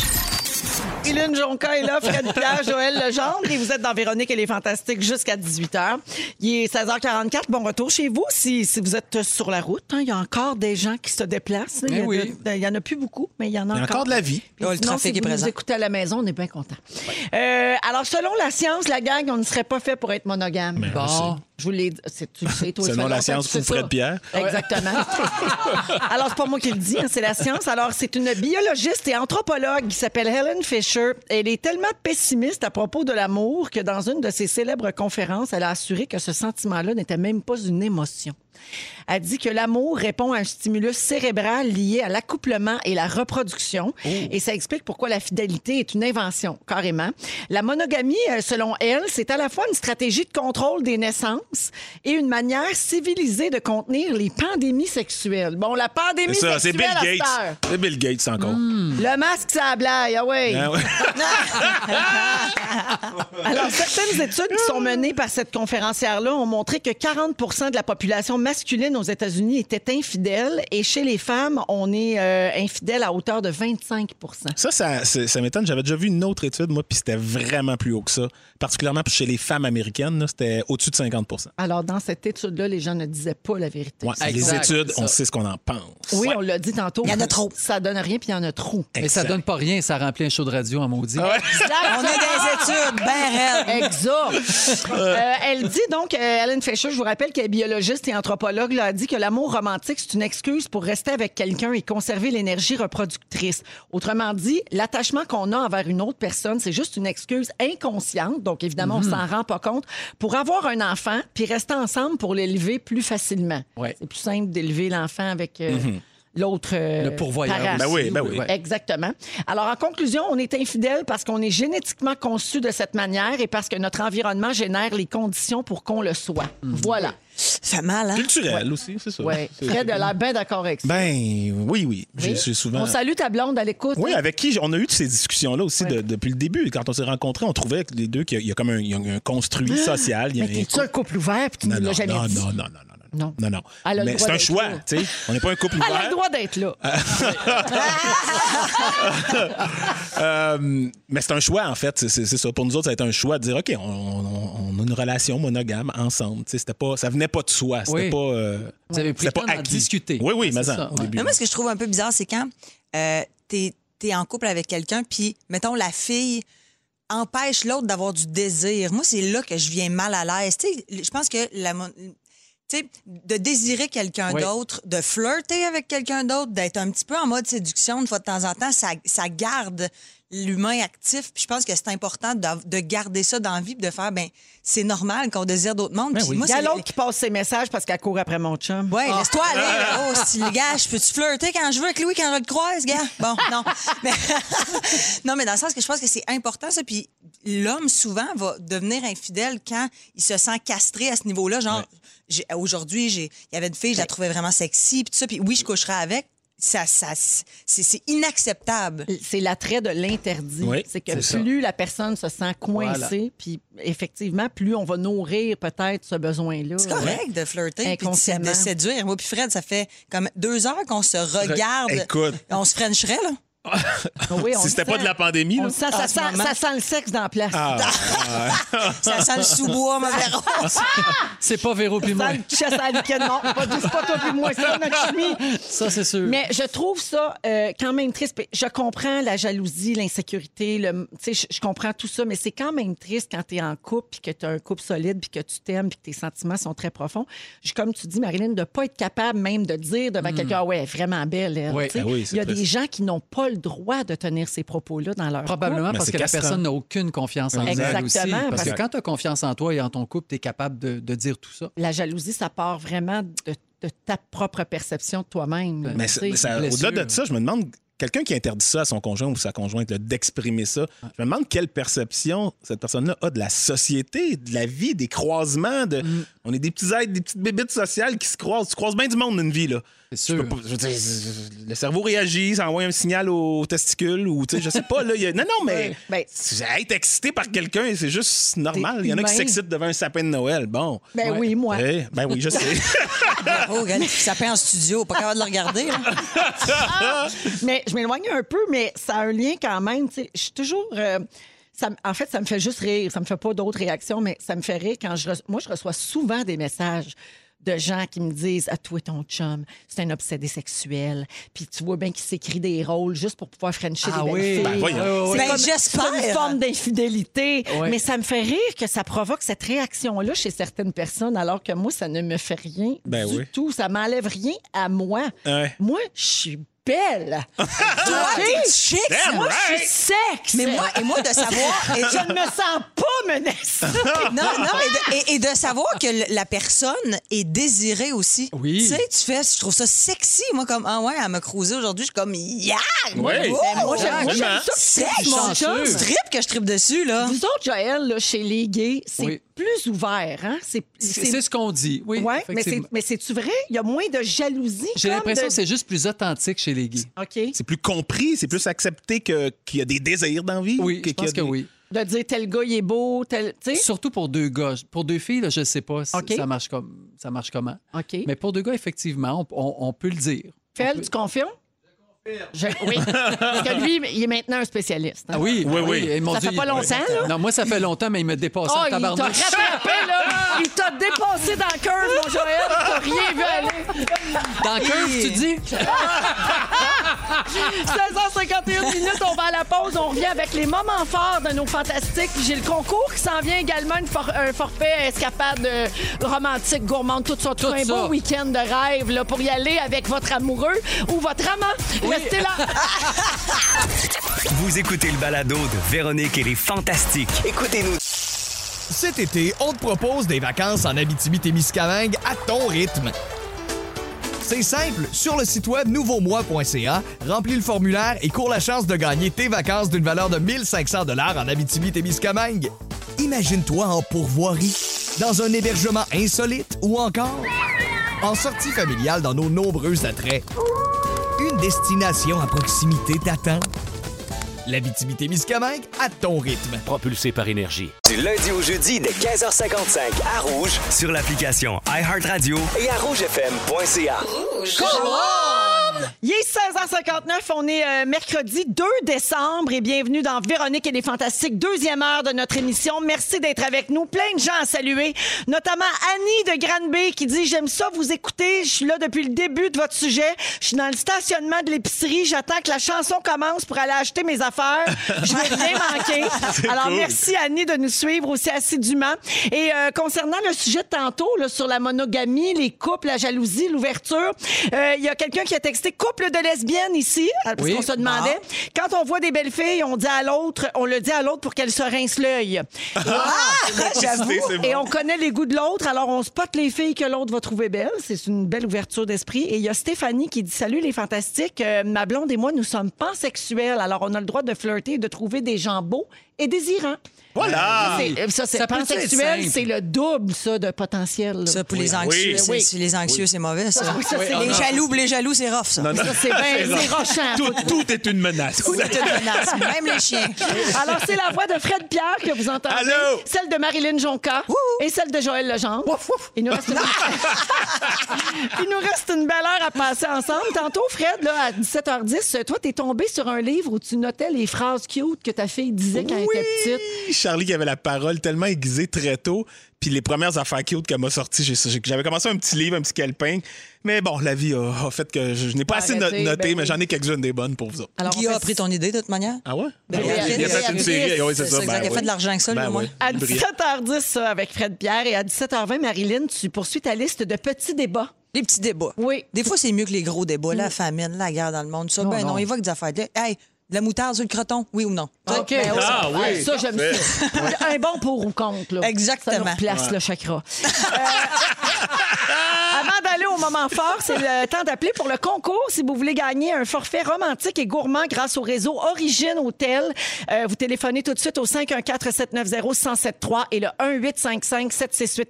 Hélène Jonca est là, Fred Pierre, Joël Legendre, et vous êtes dans Véronique et les Fantastiques jusqu'à 18h. Il est 16h44. Bon retour chez vous si, si vous êtes sur la route. hein. Il y a encore des gens qui se déplacent. là. Il
Eh
y, a
oui.
de- de- il y en a plus beaucoup, mais il y en a,
Il y a encore de la vie.
Puis
Oh, le
sinon,
trafic
si
est
vous
présent.
nous écoutez à la maison, on est bien contents. Euh, alors, selon la science, la gang, on ne serait pas fait pour être monogame.
Ben,
Bon.
Je vous l'ai dit. C'est- tu le sais, toi, ça
Selon
fait
la
longtemps
science
que tu
ou
sais
Fred
ça.
Pierre.
Exactement. [laughs] Alors, c'est pas moi qui le dis, hein, c'est la science. Alors, c'est une biologiste et anthropologue qui s'appelle Helen Fisher. Elle est tellement pessimiste à propos de l'amour que dans une de ses célèbres conférences, elle a assuré que ce sentiment-là n'était même pas une émotion. Elle dit que l'amour répond à un stimulus cérébral lié à l'accouplement et la reproduction.
Oh.
Et ça explique pourquoi la fidélité est une invention, carrément. La monogamie, euh, selon elle, c'est à la fois une stratégie de contrôle des naissances et une manière civilisée de contenir les pandémies sexuelles. Bon, la pandémie
C'est ça, c'est
sexuelle
Bill
à cette heure.
Gates. C'est Bill Gates encore.
Le masque, ça blague, ah ouais.
Ah ouais.
Alors, certaines études qui sont menées par cette conférencière-là ont montré que 40 de la population masculine aux États-Unis était infidèle et chez les femmes, on est euh, infidèle à hauteur de 25
Ça, ça, c'est- ça m'étonne. J'avais déjà vu une autre étude, moi, puis c'était vraiment plus haut que ça. Particulièrement chez les femmes américaines, là, c'était au-dessus de 50
Alors, dans cette étude-là, les gens ne disaient pas la vérité.
Ouais, Les
Exact,
études,
ça.
on sait ce qu'on en pense.
Oui, on l'a dit tantôt.
Il y en a trop.
Ça donne rien, puis il y en a trop.
Mais ça
Exact.
donne pas rien, ça remplit un show de radio à maudit.
Ah
On est des études, ben raide.
Exact. Euh, elle dit donc, euh, Ellen Fisher, je vous rappelle qu'elle est biologiste et anthropologue, là, a dit que l'amour romantique, c'est une excuse pour rester avec quelqu'un et conserver l'énergie reproductrice. Autrement dit, l'attachement qu'on a envers une autre personne, c'est juste une excuse inconsciente, donc évidemment,
Mhm.
on s'en rend pas compte, pour avoir un enfant puis rester ensemble pour l'élever plus facilement.
Ouais.
Mhm.
C'est plus simple d'élever l'enfant avec... euh, l'autre euh,
Le pourvoyeur
parent.
aussi,
Ben oui, ben oui.
Exactement. Alors, en conclusion, on est infidèle parce qu'on est génétiquement conçu de cette manière et parce que notre environnement génère les conditions pour qu'on le soit. Voilà.
Ça fait mal, hein?
Culturel aussi, Hmm. c'est ça.
Ouais.
C'est-
Fred a l'air bien d'accord avec ça.
Ben oui, oui. J'ai
Oui.
j'ai souvent.
On salue ta blonde à l'écoute.
Oui,
hein?
avec qui j- on a eu ces discussions-là aussi de- depuis le début. Quand on s'est rencontrés, on trouvait que les deux qu'il y, a- il y a comme un, il y a un construit social. Il y a
Ah! Mais
un
t'es-tu un couple ouvert puis tu ne
non,
l'as jamais
non,
dit?
non, non, non, non, non,
Non.
non, non.
Elle a le
Mais
droit
c'est un
d'être
choix,
là.
tu sais. On n'est pas un couple
Elle a
ouvert.
le droit d'être là.
Ah, Euh, mais c'est un choix, en fait. C'est- C'est c'est ça. Pour nous autres, ça a été un choix de dire, OK, on, on- on a une relation monogame ensemble. Tu sais, C'était pas, ça venait pas de soi. C'était
Oui.
pas. euh,
Vous avez pris le
c'était
temps
pas
d'en
acquis.
discuter.
Oui, oui,
Ah,
mais
c'est
en-
ça,
au
ouais.
début.
Mais moi, ce que je trouve un peu bizarre, c'est quand euh, t'es es en couple avec quelqu'un, puis, mettons, la fille empêche l'autre d'avoir du désir. Moi, c'est là que je viens mal à l'aise. Tu sais, je pense que la... mon- Tu sais, de désirer quelqu'un
Oui.
d'autre, de flirter avec quelqu'un d'autre, d'être un petit peu en mode séduction une fois de temps en temps, ça, ça garde l'humain actif. Puis je pense que c'est important de, de garder ça dans la vie, puis de faire, ben c'est normal qu'on désire d'autres mondes. Puis moi,
Il y a
c'est-
l'autre qui passe ses messages parce qu'elle court après mon chum.
Ouais, laisse-toi aller, là. Oh, si le gars, je peux-tu flirter quand je veux avec Louis, quand je le croise, gars? Bon, non. [laughs] Mais, non, mais dans le sens que je pense que c'est important, ça. Puis l'homme, souvent, va devenir infidèle quand il se sent castré à ce niveau-là. Genre, j'ai- aujourd'hui, j'ai- il y avait une fille, je la trouvais vraiment sexy, puis tout ça. Puis oui, je coucherai avec. Ça, ça, c'est c'est inacceptable.
C'est l'attrait de l'interdit.
Oui,
c'est que
c'est
plus la personne se sent coincée, puis effectivement, plus on va nourrir peut-être ce besoin-là.
C'est correct de flirter puis de sé- de
Inconsciemment.
séduire. Moi puis Fred, ça fait comme deux heures qu'on se regarde.
Écoute.
On se frencherait, là.
Ah Oui, on
Si c'était
le
pas
sent.
de la pandémie,
On
là. Ah,
le sent,
En
ça,
ce
sent,
moment.
ça sent le sexe dans la place.
Ça sent le sous-bois, ma Véro.
C'est pas Véro puis moi.
Ça, le chasse à la liquide, non. Pas, du- c'est pas toi puis moi, c'est pas
[laughs]
notre chimie.
Ça, c'est sûr.
Mais je trouve ça euh, quand même triste. Puis Je comprends la jalousie, l'insécurité, le, tu sais, je, je comprends tout ça, mais c'est quand même triste quand tu es en couple, puis que tu as un couple solide, puis que tu t'aimes, puis que tes sentiments sont très profonds. Je- comme tu dis, Marilyn, de pas être capable même de dire devant quelqu'un, ah ouais, elle est vraiment belle. elle,
Oui.
tu sais.
Hmm. Ah oui, c'est
Il y a
triste.
des gens qui n'ont pas le droit de tenir ces propos-là dans leur
Probablement
Mais
parce
c'est
que la
castrant.
personne n'a aucune confiance en
Exactement,
elle aussi. Parce,
parce
que
que-
quand tu as confiance en toi et en ton couple, tu es capable de, de dire tout ça.
couple. La jalousie, ça part vraiment de, de ta propre perception de toi-même.
Mais
tu
ça-
sais.
ça-
blessure.
au-delà de ça, je me demande, quelqu'un qui interdit ça à son conjoint ou sa conjointe, là, d'exprimer ça, je me demande quelle perception cette personne-là a de la société, de la vie, des croisements. De...
Mm.
On est des petits êtres, des petites bébites sociales qui se croisent. Tu croises bien du monde dans une vie, là.
C'est
Je peux
sûr.
pas- je veux dire, je- je- le cerveau réagit, ça envoie un signal aux testicules ou tu sais, je sais pas là. il y a- Non non mais
Ouais, ben-
c'est- être excité par quelqu'un, c'est juste normal. Il y en a qui
humain.
s'excitent devant un sapin de Noël. Bon.
Ben oui, moi.
Eh, ben oui,
[laughs]
je sais.
Oh, regarde, ça peint en studio, pas capable de le regarder. là.
Mais je m'éloigne un peu, mais ça a un lien quand même. tu sais. Je suis toujours. euh, ça, m- en fait, ça me fait juste rire. Ça me fait pas d'autres réactions, mais ça me fait rire quand je. re- Moi, je reçois souvent des messages de gens qui me disent Ah, toi, ton chum, c'est un obsédé sexuel. Puis tu vois bien qu'il s'écrit des rôles juste pour pouvoir frencher
Ah
des
oui.
belles filles.
Ben voyons.
Ouais, ouais, ouais.
Ben,
C'est comme-
j'espère.
c'est une forme d'infidélité.
Ouais.
Mais ça me fait rire que ça provoque cette réaction-là chez certaines personnes, alors que moi, ça ne me fait rien
Ben
du
oui.
tout. Ça m'enlève rien à moi.
Ouais.
Moi, je suis
[laughs]
belle.
Toi, t'es chic. ça.
Damn
Moi, je
right.
suis sexe. Ah,
Mais moi, et moi, de savoir. et-
[laughs] je ne me sens pas menacée.
[laughs]
non, non, et de, et- et de savoir que le- la personne est désirée aussi.
Oui.
Tu sais, tu fais, je trouve ça sexy. Moi, comme, ah ouais, elle m'a cruisé aujourd'hui, je suis comme, yeah!
Ouais.
Oh!
Ben, moi, j'aime- moi, j'aime ça,
Sexe,
mon chum.
Tu tripes que je tripe dessus, là.
Vous autres, Joël, là, chez les gays, c'est
Uh-huh. Oui.
plus ouvert. Hein? C'est,
C'est c'est ce qu'on dit. Oui,
Ouais, mais, c'est,
effectivement.
mais c'est-tu vrai? Il y a moins de jalousie.
J'ai
comme
l'impression
de-
que c'est juste plus authentique chez les gays.
OK.
C'est plus compris, c'est plus accepté que- qu'il y a des désirs dans la vie.
Oui, je
qu'il y a
pense
des-
que oui.
De dire tel gars, il est beau, tel. Tu sais?
Surtout pour deux gars. Pour deux filles, là, je ne sais pas si
OK.
ça, marche comme, ça marche comment.
OK.
Mais pour deux gars, effectivement, on, on- on peut le dire.
Fel, tu confirmes? Je confirme. Oui. [laughs] Parce que lui, il est maintenant un spécialiste. hein.
Ah oui,
Oui, oui.
et mon
Ça fait
Dieu,
pas
il-
longtemps, là?
Non, moi, ça fait longtemps, mais il me dépassait
Oh,
en
il t'a
tabarnak.
rattrapé,
[laughs]
là! Il t'a dépassé dans le cœur, mon Joël! T'as rien vu aller!
Dans le curve, tu dis?
16h51 minutes, on va à la pause. On revient avec les moments forts de nos fantastiques. Puis J'ai le concours qui s'en vient également, une for- un forfait escapade euh, romantique, gourmande, tout ça, tout,
Tout
un
ça.
beau week-end de rêve là, pour y aller avec votre amoureux ou votre amant. Restez
[laughs]
là.
Vous écoutez le balado de Véronique et les Fantastiques. Écoutez-nous.
Cet été, on te propose des vacances en Abitibi-Témiscamingue à ton rythme. C'est simple, sur le site web nouveaumois.ca, remplis le formulaire et cours la chance de gagner tes vacances d'une valeur de 1500 dollars en Abitibi-Témiscamingue. Imagine-toi en pourvoirie, dans un hébergement insolite ou encore en sortie familiale dans nos nombreux attraits. Une destination à proximité t'attend. L'Abitibi-Témiscamingue à ton rythme.
Propulsé par énergie.
Du lundi au jeudi dès 15h55 à Rouge sur l'application iHeartRadio et à rougefm.ca.
Il est 16h59, on est euh, mercredi 2 décembre et bienvenue dans Véronique et les Fantastiques, deuxième heure de notre émission. Merci d'être avec nous. Plein de gens à saluer, notamment Annie de Granby qui dit J'aime ça vous écouter, je suis là depuis le début de votre sujet. Je suis dans le stationnement de l'épicerie, j'attends que la chanson commence pour aller acheter mes affaires. Je
[laughs]
vais rien manquer.
C'est
Alors
cool.
merci Annie de nous suivre aussi assidûment. Et euh, concernant le sujet de tantôt là, sur la monogamie, les couples, la jalousie, l'ouverture, euh, il y a quelqu'un qui a texté couple de lesbiennes ici, Ah, parce
Oui. Ah.
qu'on se demandait. Quand on voit des belles filles, on dit à l'autre, on le dit à l'autre pour qu'elle se rince l'œil.
Ah! [laughs]
j'avoue.
C'est- c'est bon.
Et on connaît les goûts de l'autre, alors on spot les filles que l'autre va trouver belles. C'est une belle ouverture d'esprit. Et il y a Stéphanie qui dit Salut les fantastiques, Euh, ma blonde et moi, nous sommes pansexuels, alors on a le droit de flirter et de trouver des gens beaux et désirants.
Ah.
Voilà!
C'est- euh, Ça, c'est
Ça peut-tu être
pansexuel,
simple?
c'est le double, ça, de potentiel. là.
Ça, pour les anxieux, c'est- c'est- les anxieux, c'est mauvais, ça.
oui, ça,
Oui,
c'est-
les jaloux, les jaloux, c'est rough, ça.
Ça, c'est bien- c'est rochant.
Tout, tout est une menace.
Tout est une menace,
même les chiens.
Alors, c'est la voix de Fred Pierre que vous entendez.
Allô?
Celle de Marilyn Jonca et celle de Joël Legendre. Il, nous reste une... Il nous reste une belle heure à passer ensemble. Tantôt, Fred, là, à 17h10, toi, t'es tombé sur un livre où tu notais les phrases cute que ta fille disait quand elle était petite.
Charlie qui avait la parole tellement aiguisée très tôt. Puis les premières affaires cute qu'elle m'a sorties, j'ai- j'ai- j'avais commencé un petit livre, un petit calepin. Mais bon, la vie a, a fait que je, je n'ai pas assez no-
Arrêtez,
noté,
ben
mais
oui.
j'en ai quelques-unes des bonnes pour vous autres.
Guy a pris ton idée, de toute manière.
Ah ouais?
Ben,
Ah ouais,
il a
il a
fait-
fait
il
une
a
série.
fait-
oui, c'est ça.
c'est exact,
ben
il a fait
oui.
de l'argent avec ça, lui,
Ben
au moins.
oui.
À
Brillant.
17h10 avec Fred Pierre et à 17h20, Marilyn, tu poursuis ta liste de petits débats.
Les petits débats.
Oui. Mm.
Des fois, c'est mieux que les gros débats. La famine, la guerre dans le monde, ça.
Non,
ben non,
non.
il évoque des affaires. De, hey, de la moutarde sur le croton, oui ou non?
OK.
Ben
Ah, oui. Ça, j'aime ça. Un bon pour ou contre. Là. Ça nous
Exactement.
replace
Ouais.
le chakra. Euh, Avant d'aller au moment fort, c'est le temps d'appeler pour le concours. Si vous voulez gagner un forfait romantique et gourmand grâce au réseau Origine Hôtel, euh, vous téléphonez tout de suite au 514-790-1073 et le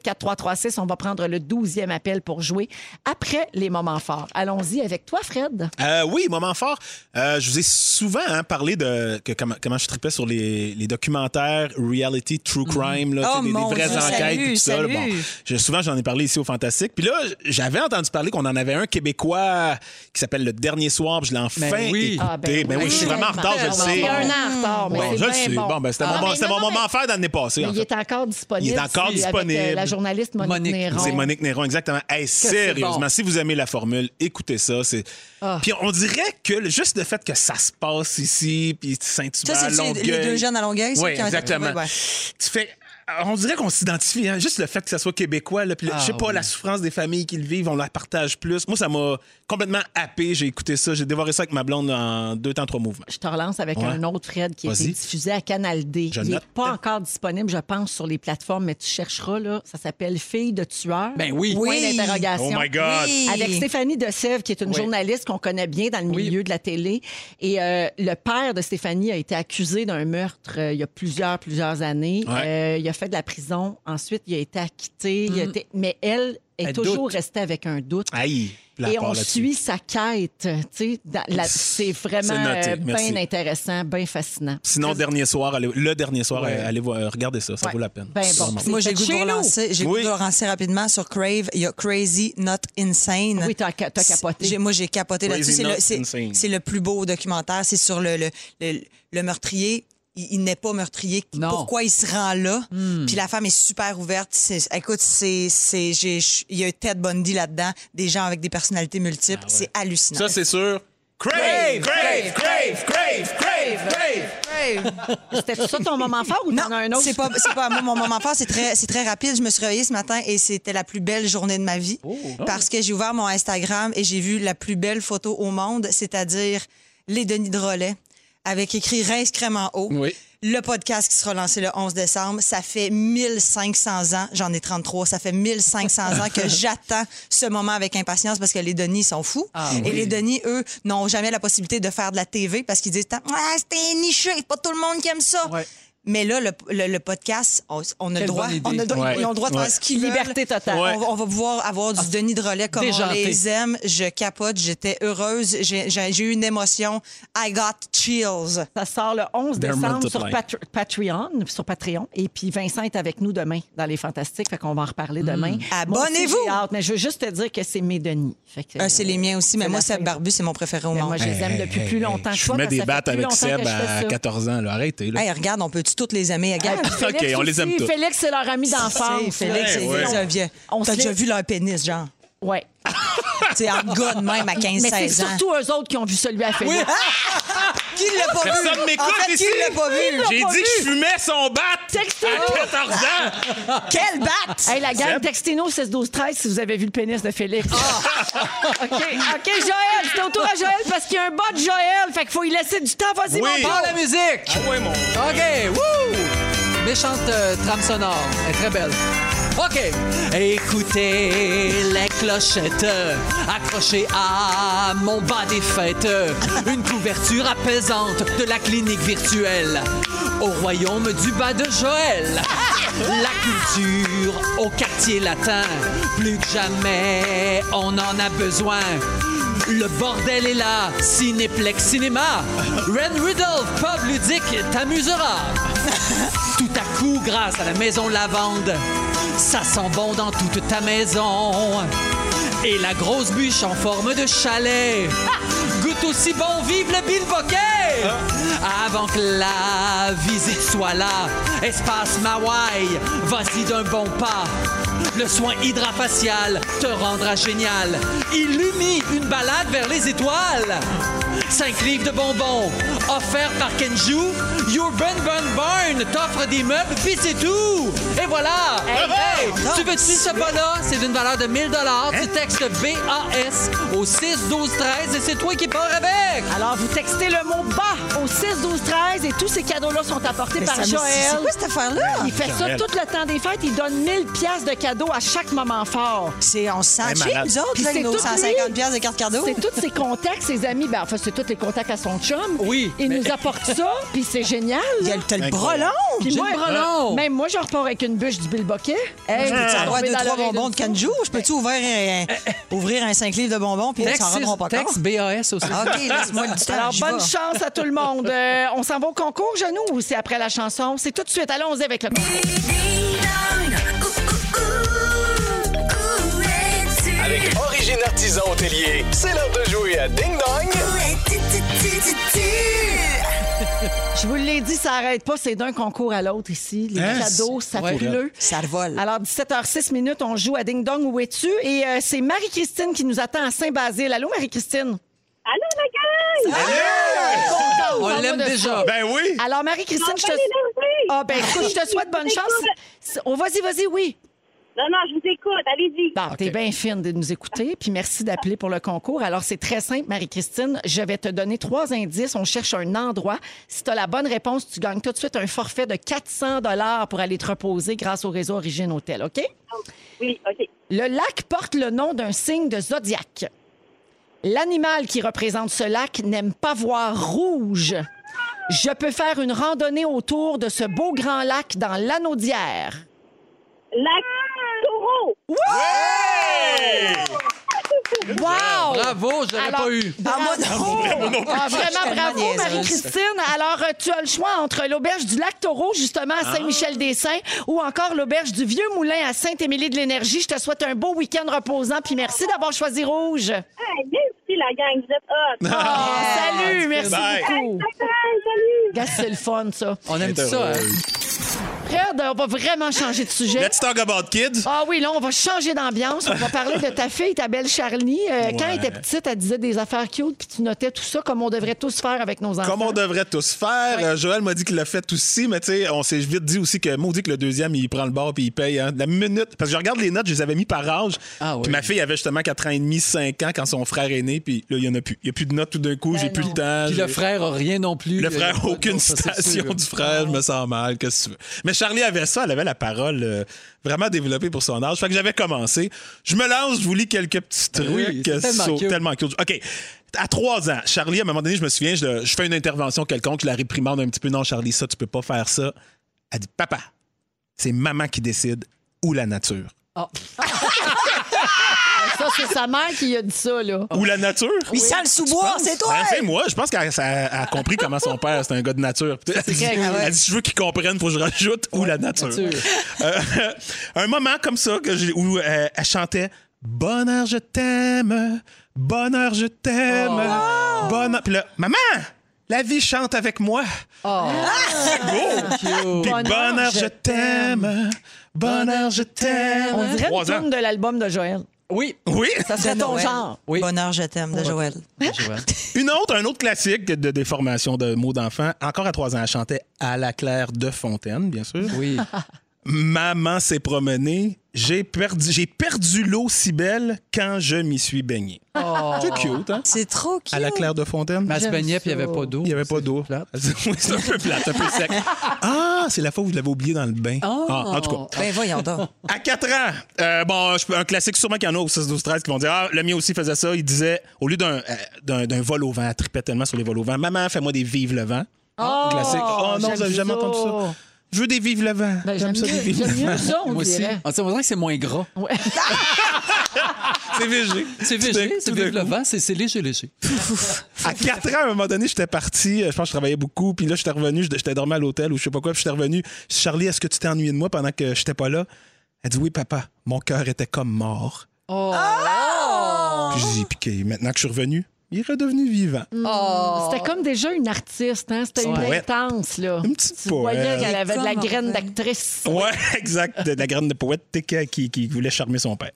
1855-768-4336. On va prendre le 12e appel pour jouer après les moments forts. Allons-y avec toi, Fred.
Euh, oui, moment fort. Euh, je vous ai souvent hein, parlé de que, comment, comment je tripais sur les, les documentaires reality, true crime, là, tu sais,
Oh,
des, des
mon
vraies
Dieu,
enquêtes
salut,
tout ça. là,
salut.
bon, je- souvent, j'en ai parlé ici au Fantastique. Puis là, j'avais entendu parler qu'on en avait un Québécois qui s'appelle Le Dernier Soir. puis Je l'ai enfin
Ben oui.
écouté.
Ah, ben
Ben oui,
oui.
je suis vraiment en retard, je le
Tellement
sais.
bon.
Un an en retard, mais
Bon,
c'est
je le
bien
sais.
bon.
Bon, ben, c'était
Ah,
mon,
mais
c'était
non,
mon
non,
moment
mais-
fort d'année passée. en
Mais il
fait.
est encore disponible.
Il est encore
avec, euh,
disponible.
la journaliste Monique, Néron.
C'est Monique Néron, exactement. Hey,
c'est
sérieusement,
bon.
si vous aimez la formule, écoutez ça. C'est...
Ah.
Puis on dirait que le- juste le fait que ça se passe ici, puis Saint-Hubert,
Ça, c'est-tu les-
Longueuil...
les deux jeunes à Longueuil, ça,
Oui,
qui ont été
exactement.
retrouvés, ouais.
Tu fais... On dirait qu'on s'identifie, hein. juste le fait que ça soit québécois, là, puis le-
Ah,
je sais pas,
oui.
la souffrance des familles qui le vivent, on la partage plus. Moi, ça m'a complètement happé, j'ai écouté ça, j'ai dévoré ça avec ma blonde en deux temps, trois mouvements.
Je te relance avec
Ouais.
un autre Fred qui a été
Vas-y.
diffusé à Canal D.
Je
il n'est
note.
pas encore disponible, je pense, sur les plateformes, mais tu chercheras, là. Ça s'appelle Fille de tueur.
Ben oui.
Point
Oui.
d'interrogation.
Oh my God. Oui.
Avec Stéphanie Dessève, qui est une
Oui.
journaliste qu'on connaît bien dans le milieu de la télé. Et euh, le père de Stéphanie a été accusé d'un meurtre euh, il y a plusieurs, plusieurs années.
Ouais.
Euh, il a fait de la prison. Ensuite, il a été acquitté. Il a
Mm-hmm.
Mm.
été- Mais elle est
Elle
toujours
doute.
restée avec un doute.
Aïe, la
Et
part
on
là-dessus.
suit sa quête. tu sais, dans la- C'est vraiment
C'est noté.
bien
Merci.
intéressant, bien fascinant.
Sinon, dernier soir, allez- le dernier soir,
Ouais.
allez voir, regardez ça, ça
Ouais.
vaut la peine.
Ben bon,
Vraiment.
c'est
Moi, j'ai le goût de
Chez
vous
nous.
relancer. J'ai le goût de vous relancer rapidement sur Crave. Il y a Crazy Not Insane.
Oui, t'as t'as capoté.
J'ai- Moi, j'ai capoté
Crazy
là-dessus. C'est
Not
le- C'est
Insane.
c'est le plus beau documentaire. C'est sur le, le, le- le meurtrier. Il, il n'est pas meurtrier. Pourquoi il se rend là? Puis la femme est super ouverte. C'est- Écoute, c'est c'est- j'ai- je- il y a Ted Bundy là-dedans, des gens avec des personnalités multiples. C'est hallucinant.
Ça, c'est sûr.
Crave, crave,
crave, crave, crave, crave.
C'était ça ton moment fort ou t'en as un autre?
C'est pas, c'est pas à moi. Mon moment fort, c'est très, c'est très rapide. Je me suis réveillée ce matin et c'était la plus belle journée de ma vie
Oh.
parce que j'ai ouvert mon Instagram et j'ai vu la plus belle photo au monde, c'est-à-dire les Denis Drolet
avec écrit Rince crème en haut.
Oui.
Le podcast qui sera lancé le 11 décembre, ça fait 1500 ans, j'en ai 33, ça fait 1500 ans que j'attends ce moment avec impatience parce que les Denis sont fous. Et les Denis, eux, n'ont jamais la possibilité de faire de la TV parce qu'ils disent « Ah, c'était niché, c'est pas tout le monde qui aime ça
Ouais.
Mais là, le, le- le podcast, on, on a le
Quelle
droit,
bonne idée.
on a le droit-
Ouais.
ils ont le droit de faire ce qu'ils veulent.
Liberté totale.
Ouais.
On, on va pouvoir avoir du Denis de relais comme on
Déjanté.
les aime. Je capote, j'étais heureuse, j'ai j'ai- j'ai eu une émotion. I got chills.
Ça sort le 11
They're
décembre sur
multiplying.
Pat- Patreon, sur Patreon. Et puis Vincent est avec nous demain dans Les Fantastiques. Fait qu'on va en reparler demain. Moi aussi,
Abonnez-vous!
j'ai hâte, Mais je veux juste te dire que c'est mes Denis. Fait que,
Euh, c'est les miens aussi, mais
c'est
moi,
la
Seb
fin.
Barbu, c'est mon préféré au
Mais
monde.
moi, je les aime depuis plus longtemps. que
Je
toi,
mets
parce que
des
ça
battes
fait plus
avec
longtemps
Seb
que je fais
à
ça.
14 ans. Là. Arrêtez. Là.
Hey, regarde, on peut-tu toutes les aimer? Regarde.
OK, on les aime
Aussi,
tous.
Félix, c'est leur ami
Hey,
d'enfance.
Félix,
Ouais,
c'est
ouais.
c'est un vieux.
On
T'as
se
déjà
lève-
vu leur pénis, genre.
Ouais.
C'est [laughs] en gars de même à
Mais c'est
15-16 ans. hein?
surtout eux autres qui ont vu celui à Félix.
[laughs] Qui l'a pas vu?
Personne m'écoute
en fait,
ici.
Qui l'a pas vu?
J'ai dit
pas
que je fumais son bat
Textez-nous.
à 14 ans.
Ah,
[laughs]
Quelle batte!
Hey, la gang, textez-nous 16 12 13 si vous avez vu le pénis de Félix.
Ah.
[laughs] OK, OK, Joël, c'est au tour à Joël parce qu'il y a un bas de Joël. Fait qu'il faut y laisser du temps. Vas-y,
Oui.
mon
Par
Paul.
la musique!
Ouais, mon.
OK, wouh! Méchante euh, trame sonore. Elle est très belle. OK. Écoutez les clochettes accrochées à mon bas des fêtes. Une couverture apaisante de la clinique virtuelle au royaume du bas de Joël. La culture au quartier latin. Plus que jamais, on en a besoin. Le bordel est là, Cinéplex Cinéma. Ren Rudolph, pub ludique, t'amusera. [laughs] Tout à coup, grâce à la maison Lavande, ça sent bon dans toute ta maison. Et la grosse bûche en forme de chalet goûte aussi bon, vive le bilboquet! Avant que la visite soit là, espace Mawai, vas-y d'un bon pas. Le soin hydrafacial te rendra génial. Illumine une balade vers les étoiles. 5 livres de bonbons, offerts par Kenju. Your Bun Bun Barn t'offre des meubles, puis c'est tout. Et voilà. Hey, tu veux-tu ce pas-là? C'est d'une valeur de 1000 Tu textes BAS au 6 12 13 et c'est toi qui pars avec.
Alors, vous textez le mot bas au 6 12 13 et tous ces cadeaux-là sont apportés
Mais
par
ça me- C'est
Joël.
quoi cette affaire-là?
Il fait ça
Joël.
tout le temps des fêtes. Il donne 1000 pièces de cadeaux à chaque moment fort.
C'est on se sent
Ben,
cheap,
malade.
nous autres,
Puis
là,
c'est
nos
tout
150
lui.
pièces de carte cadeau.
C'est tous ses contacts, ses amis. Ben, enfin, c'est tous les contacts à son chum.
Oui,
Il
mais-
nous apporte ça, puis c'est génial.
Il y a le- T'as le
Incroyable.
brelon!
Puis moi,
le brelon.
même moi, je repars avec une bûche du Bill Boquet. Hey,
Peux-tu avoir
tomber
deux,
dans
trois
l'oreille
bonbons
d'une
de canjou? Je peux-tu ouvrir [laughs] un, ouvrir un 5 livres de bonbons puis ils s'en rendront pas compte?
texte BAS aussi.
[laughs] OK, laisse-moi le temps.
Alors,
j'y
bonne
vais.
chance à tout le
[laughs]
monde. Euh, on s'en va au concours, Genou, ou c'est après la chanson? C'est tout de suite. Allons-y avec le concours.
Avec Origine Artisan Hôtelier, c'est l'heure de jouer à Ding Dong.
Je vous l'ai dit, ça n'arrête pas. C'est d'un concours à l'autre ici. Les
Hein?
cadeaux, ça
Ouais.
pleut.
Ça le vole.
Alors, 17h06 minutes, on joue à Ding Dong, où es-tu? Et euh, c'est Marie-Christine qui nous attend à Saint-Basile. Allô, Marie-Christine?
Allô, la gang!
Contente,
On
parle-moi
l'aime
de
déjà.
ça.
Ben oui.
Alors, Marie-Christine, je
Enfin, l'énergie!
te... Ah, ben, écoute, je te souhaite bonne chance. Oh, vas-y, vas-y, oui.
Non, non, je vous écoute. Allez-y.
Bon, t'es bien fine de nous écouter, puis merci d'appeler pour le concours. Alors, c'est très simple, Marie-Christine. Je vais te donner trois indices. On cherche un endroit. Si t'as la bonne réponse, tu gagnes tout de suite un forfait de 400 pour aller te reposer grâce au réseau Origine Hôtel, OK?
Oui, OK.
Le lac porte le nom d'un signe de zodiaque. L'animal qui représente ce lac n'aime pas voir rouge. Je peux faire une randonnée autour de ce beau grand lac dans l'anneau d'hier.
Lac Taureau.
Wow!
Bravo, je l'aurais
Alors,
pas eu.
bravo. Ah,
Je
vraiment
suis
bravo,
tellement
Marie-Christine. Alors, euh, tu as le choix entre l'auberge du Lac Taureau, justement, à Saint-Michel-des-Saints, ou encore l'auberge du Vieux Moulin à Sainte-Émilie-de-l'Énergie. Je te souhaite un beau week-end reposant, puis merci d'avoir choisi Rouge.
Hey, merci, la gang. Vous êtes hot.
Ah, salut, merci
Bye.
Bye,
beaucoup.
bye, salut.
Gars, c'est le fun, ça.
On aime ça. hein.
Fred, on va vraiment changer de sujet.
Let's talk about kids.
Ah oui, là, on va changer d'ambiance. On va parler de ta fille, ta belle Charlie. Euh, Quand elle était petite, elle disait des affaires cute, puis tu notais tout ça comme on devrait tous faire avec nos enfants.
Comme on devrait tous faire. Euh, Joël m'a dit qu'il l'a fait aussi, mais tu sais, on s'est vite dit aussi que maudit que le deuxième, il prend le bord puis il paye. hein. La minute. Parce que je regarde les notes, je les avais mis par âge. Puis ma fille avait justement 4 ans et demi, 5 ans quand son frère est né, puis là, il n'y en a plus. Il n'y a plus de notes tout d'un coup, j'ai plus le temps.
Puis
j'ai-
le frère a rien non plus.
Le frère,
Euh,
aucune
non, ça, c'est
citation
sûr. Ah.
du frère, je me sens mal, qu'est-ce que tu veux. Mais Charlie avait ça, elle avait la parole euh, vraiment développée pour son âge. Fait que j'avais commencé. Je me lance, je vous lis quelques petits trucs.
Ben
euh,
oui, c'est tellement
sur-
cute.
tellement cute. OK. À trois ans, Charlie, à un moment donné, je me souviens, je, je fais une intervention quelconque, je la réprimande un petit peu. Non, Charlie, ça, tu peux pas faire ça. Elle dit Papa, c'est maman qui décide ou la nature.
Ça, c'est sa mère qui a dit ça, là.
Ou la nature?
Il sent le sous-bois, c'est toi!
Ben, c'est moi, je pense qu'elle ça- elle a compris comment son père, c'est un gars de nature. Puis Elle dit,
vrai, ah ouais.
elle dit, je veux qu'il comprenne, faut que je rajoute ou la nature.
nature.
Euh, [laughs] un moment comme ça que j'ai- où euh, elle chantait Bonheur, je t'aime, bonheur, je t'aime, bonheur. Puis là, maman, la vie chante avec moi. Ah, Puis bonheur, je t'aime, bonheur, je t'aime.
On dirait une
Trois ans.
tourne de l'album de Joël.
Oui.
Oui.
Ça serait
De
ton
Noël.
genre.
Oui.
Bonheur, je t'aime de Joël.
Une autre, un autre classique de, de déformation de mots d'enfant. Encore à trois ans, elle chantait à la claire de Fontaine, bien sûr.
Oui.
Maman s'est promenée. J'ai perdu, j'ai perdu l'eau si belle quand je m'y suis baigné. C'est cute, hein?
C'est trop cute.
À la claire de Fontaine.
Mais elle se baignait, puis il n'y avait pas d'eau.
Il n'y avait pas d'eau. [laughs] Oui, c'est un peu plate, un peu sec. Ah, c'est la fois où je l'avais oublié dans le bain. Ah, en tout cas.
Ben voyons
[laughs]
donc.
À 4 ans, euh, bon, je peux- un classique sûrement qu'il y en a au 6 12 13 qui vont dire Ah, le mien aussi faisait ça. Il disait, au lieu d'un euh, d'un- d'un vol au vent, elle tripait tellement sur les vols au vent Maman, fais-moi des vives le vent.
Oh,
classique. Oh non,
j'aime
vous avez jamais
ça.
entendu ça. Je veux des vives le vent.
Ben,
J'aime
j'aime
ça, des
mieux,
vives le
j'aime
vent.
mieux ça, on
Moi aussi.
dirait.
On dirait- on dirait que c'est moins gras.
C'est végé.
C'est
Tout d'un-
végé, c'est
tout d'un
vive le
coup.
vent, c'est c'est léger, léger.
À 4 ans, à un moment donné, j'étais parti. euh, Je pense que je travaillais beaucoup. Puis là, j'étais revenu. j'étais- J'étais dormi à l'hôtel ou je sais pas quoi. Puis j'étais revenu. Je dis, Charlie, est-ce que tu t'es ennuyé de moi pendant que j'étais pas là? Elle dit Oui, papa. Mon cœur était comme mort.
Oh!
Puis je dis Puis que- maintenant que je suis revenu, il est redevenu vivant.
C'était comme déjà une artiste, hein? C'était une
Poète.
intense, là.
Une petite
Tu voyais
poète.
qu'elle avait de la
Comment
graine
on fait?
d'actrice.
Ouais, [laughs] exact. De la graine de poète qui, qui, qui voulait charmer son père.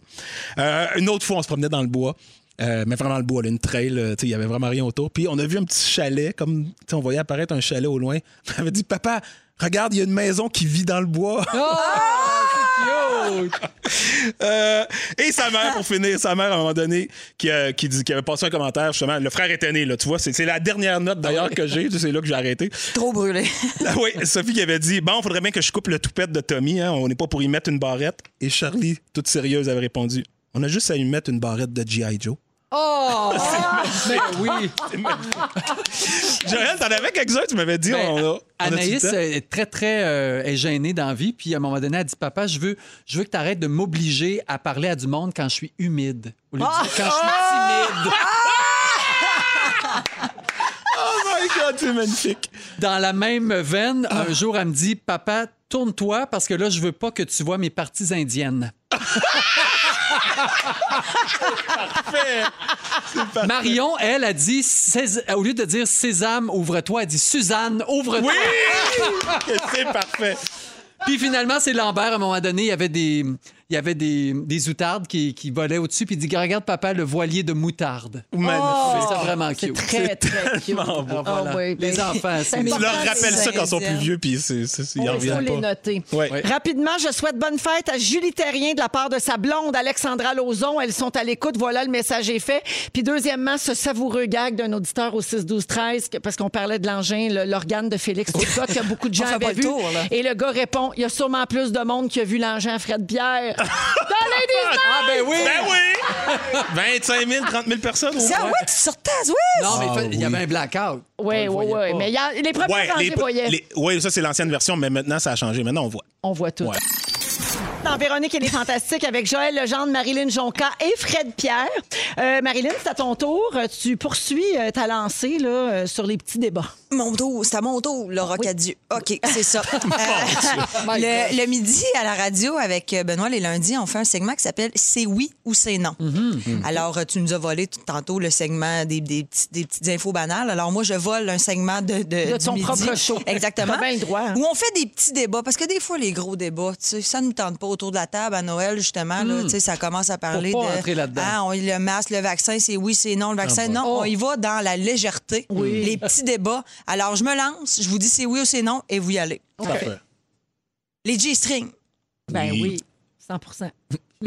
Euh, une autre fois, on se promenait dans le bois. euh, mais vraiment dans le bois, là, une trail, euh, tu sais, il y avait vraiment rien autour. Puis on a vu un petit chalet, comme tu sais, on voyait apparaître un chalet au loin. [laughs] On avait dit Papa, regarde, il y a une maison qui vit dans le bois. [laughs] Euh, et sa mère, pour finir, sa mère, à un moment donné, qui, euh, qui, dit, qui avait passé un commentaire, justement, le frère était né, là, tu vois, c'est c'est la dernière note d'ailleurs que j'ai, c'est là que j'ai arrêté.
Trop brûlé.
Ah oui, Sophie qui avait dit Bon, faudrait bien que je coupe le toupette de Tommy, hein, on n'est pas pour y mettre une barrette. Et Charlie, toute sérieuse, avait répondu On a juste à y mettre une barrette de G.I. Joe.
Ben
Ah
oui.
Joël, t'en avais quelques-uns, tu m'avais dit
Ben,
on a, on a du
Anaïs
temps.
euh, est très, très euh, est gênée dans la vie. Puis à un moment donné, elle dit Papa, je veux, je veux que tu arrêtes de m'obliger à parler à du monde quand je suis humide. Au lieu de dire quand
Ah!
je suis timide. [laughs]
Oh my god, c'est magnifique. Ah.
Dans la même veine, un jour, elle me dit Papa, tourne-toi parce que là, je veux pas que tu vois mes parties indiennes. Marion, elle, a dit Sés- au lieu de dire Sésame, ouvre-toi, elle dit Suzanne, ouvre-toi.
Oui
[laughs]
C'est parfait.
Puis finalement, c'est Lambert, à un moment donné, il y avait des, il y avait des, des outardes qui, qui volaient au-dessus, puis il dit Regarde, papa, le voilier de moutarde. Oh!
Magnifique.
C'est vraiment cute.
Très, très cute.
Alors voilà.
Ah oui, ben,
Les enfants, c'est
Mais
Tu leur
Parfait,
rappelles
c'est
ça quand ils sont plus
indien.
vieux, puis c'est- c'est- c'est- ils en
Il faut
reviennent
les
pas.
noter.
Ouais.
Ouais.
Rapidement, je souhaite bonne fête à Julie Terrien de la part de sa blonde Alexandra Lozon. Elles sont à l'écoute. Voilà, le message est fait. Puis deuxièmement, ce savoureux gag d'un auditeur au 6-12-13, que- parce qu'on parlait de l'engin, le- l'organe de Félix Turcotte, que beaucoup de gens
[laughs] On fait pas
avaient
le
vu.
tour, là.
Et le gars répond, il y a sûrement plus de monde qui a vu l'engin
[laughs]
Fred Pierre. Dans les
Ah, ben oui!
Ben [laughs] oui 25 000, 30 000 personnes au
C'est ah
moins.
ouais, tu sortais, oui!
Non, mais
Ah
fa- il y avait un blackout.
Oui, oui, oui. Mais il y a- les premiers
Ouais,
rangées
les-
voyaient.
les- ouais, ça c'est l'ancienne version, mais maintenant ça a changé. Maintenant on voit.
On voit tout.
Ouais.
dans Véronique et les Fantastiques avec Joël Legendre, Marilyn Jonca et Fred Pierre. Euh, Marilyn, c'est à ton tour. Euh, Tu poursuis euh, ta lancée là, euh, sur les petits débats.
Mon tour, c'est à mon tour, Laura Cadieux. OK, c'est
[laughs]
ça. [laughs] Euh, le, le midi à la radio avec euh, Benoît les lundis, on fait un segment qui s'appelle C'est oui ou c'est non.
Mm-hmm.
Mm-hmm. Alors, euh, tu nous as volé tout- tantôt le segment des, des, petits- des petites infos banales. Alors, moi, je vole un segment de,
De
du
ton
midi.
propre show.
Exactement.
T'as bien le droit, hein.
Où on fait des petits débats, parce que des fois, les gros débats, tu sais, ça ne nous tente pas autour de la table à Noël, justement.
Mm.
là, tu sais, ça commence à parler
pas
de.
entrer là-dedans. Ah,
Ah, on, le masque, le vaccin, c'est oui, c'est non, le vaccin.
bon.
non, on y va dans la légèreté, les petits débats. Alors, je me lance, je vous dis c'est oui ou c'est non, et vous y allez.
Parfait.
Les G-strings,
Ben
Oui.
oui, 100